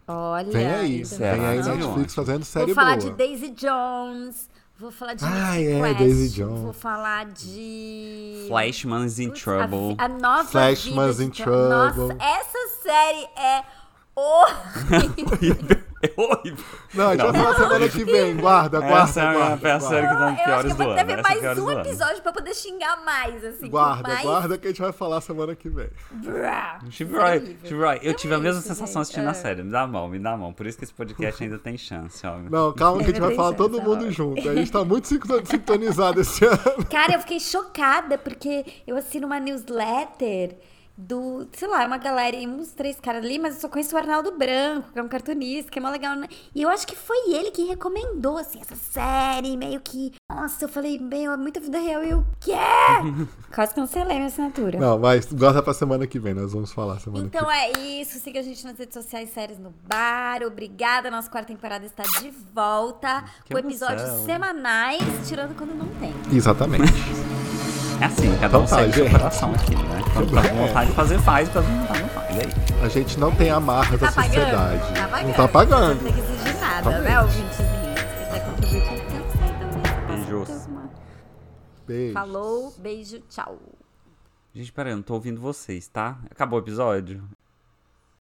[SPEAKER 2] Olha.
[SPEAKER 1] Vem aí,
[SPEAKER 2] isso é
[SPEAKER 1] vem aí
[SPEAKER 3] Isso é ótimo.
[SPEAKER 1] Netflix fazendo
[SPEAKER 2] Vou
[SPEAKER 1] série
[SPEAKER 2] falar
[SPEAKER 1] boa.
[SPEAKER 2] de Daisy Jones. Vou falar de
[SPEAKER 1] Ah,
[SPEAKER 2] Mystic
[SPEAKER 1] é,
[SPEAKER 2] Quest,
[SPEAKER 1] Daisy Jones.
[SPEAKER 2] Vou falar de...
[SPEAKER 3] Flashman's in
[SPEAKER 2] Putz,
[SPEAKER 3] Trouble.
[SPEAKER 2] A, fi- a nova
[SPEAKER 1] Flashman's
[SPEAKER 2] vida
[SPEAKER 1] in
[SPEAKER 2] de Tro- Nossa,
[SPEAKER 1] Trouble.
[SPEAKER 2] essa série é
[SPEAKER 3] [LAUGHS]
[SPEAKER 2] horrível.
[SPEAKER 3] É horrível.
[SPEAKER 1] Não, a gente vai falar semana que
[SPEAKER 2] [LAUGHS]
[SPEAKER 1] vem, guarda, guarda,
[SPEAKER 3] Essa é a
[SPEAKER 1] guarda,
[SPEAKER 3] pior série que
[SPEAKER 1] guarda.
[SPEAKER 3] tá no
[SPEAKER 2] Eu acho que
[SPEAKER 3] piores
[SPEAKER 2] eu
[SPEAKER 3] do
[SPEAKER 2] vou
[SPEAKER 3] ano.
[SPEAKER 2] até ver
[SPEAKER 3] essa é a
[SPEAKER 2] mais
[SPEAKER 3] piores
[SPEAKER 2] um
[SPEAKER 3] do ano.
[SPEAKER 2] episódio pra poder xingar mais, assim. com
[SPEAKER 1] Guarda,
[SPEAKER 2] mais...
[SPEAKER 1] guarda que a gente vai falar semana que vem.
[SPEAKER 2] Brá.
[SPEAKER 3] Steve
[SPEAKER 2] Série
[SPEAKER 3] Roy,
[SPEAKER 2] horrível.
[SPEAKER 3] Steve Roy, eu
[SPEAKER 2] Então
[SPEAKER 3] tive a
[SPEAKER 2] é
[SPEAKER 3] mesma
[SPEAKER 2] isso,
[SPEAKER 3] sensação
[SPEAKER 2] gente,
[SPEAKER 3] assistindo a
[SPEAKER 2] é.
[SPEAKER 3] série. Me dá a mão, me dá a mão. Por isso que esse podcast ainda tem chance, ó.
[SPEAKER 1] Não, calma que a gente vai
[SPEAKER 2] Tem
[SPEAKER 1] falar todo
[SPEAKER 2] chance,
[SPEAKER 1] mundo
[SPEAKER 2] vai.
[SPEAKER 1] junto. A gente tá muito sinto-
[SPEAKER 2] [LAUGHS]
[SPEAKER 1] sintonizado esse ano.
[SPEAKER 2] Cara, eu fiquei chocada porque eu assino uma newsletter do, sei lá, uma galera, e uns três caras ali, mas eu só conheço o Arnaldo Branco, que é um cartunista, que é mó legal. né? E eu acho que foi ele que recomendou, assim, essa série, meio que. Nossa, eu falei, meu, é muita vida real e o
[SPEAKER 3] [LAUGHS]
[SPEAKER 2] quê? Quase cancelei minha assinatura.
[SPEAKER 1] É. Não, mas guarda pra semana que vem, nós vamos falar semana que
[SPEAKER 2] Então é isso, siga a gente nas redes sociais séries no bar. Obrigada, nossa quarta temporada está de volta.
[SPEAKER 3] Que
[SPEAKER 2] com episódios
[SPEAKER 3] emoção.
[SPEAKER 2] semanais, tirando quando não tem.
[SPEAKER 1] vem. Exatamente.
[SPEAKER 3] É assim, cada
[SPEAKER 1] Então
[SPEAKER 3] um
[SPEAKER 1] tá,
[SPEAKER 3] segue o seu
[SPEAKER 1] gente.
[SPEAKER 3] coração aqui, né? Quando tá com
[SPEAKER 1] [LAUGHS]
[SPEAKER 3] vontade de fazer, faz. Quando não tá, não faz. É isso.
[SPEAKER 1] A gente não tem amarras da
[SPEAKER 2] Tá pagando?
[SPEAKER 1] sociedade.
[SPEAKER 2] Tá pagando.
[SPEAKER 1] Não tá pagando.
[SPEAKER 2] Não tem que exigir nada, né, ouvintezinhos? Se quiser contribuir com o que eu sei também.
[SPEAKER 3] Beijos.
[SPEAKER 2] Passa uma-
[SPEAKER 1] Beijo.
[SPEAKER 2] Falou, beijo, tchau.
[SPEAKER 3] Gente, peraí, eu não tô ouvindo vocês, tá? Acabou o episódio?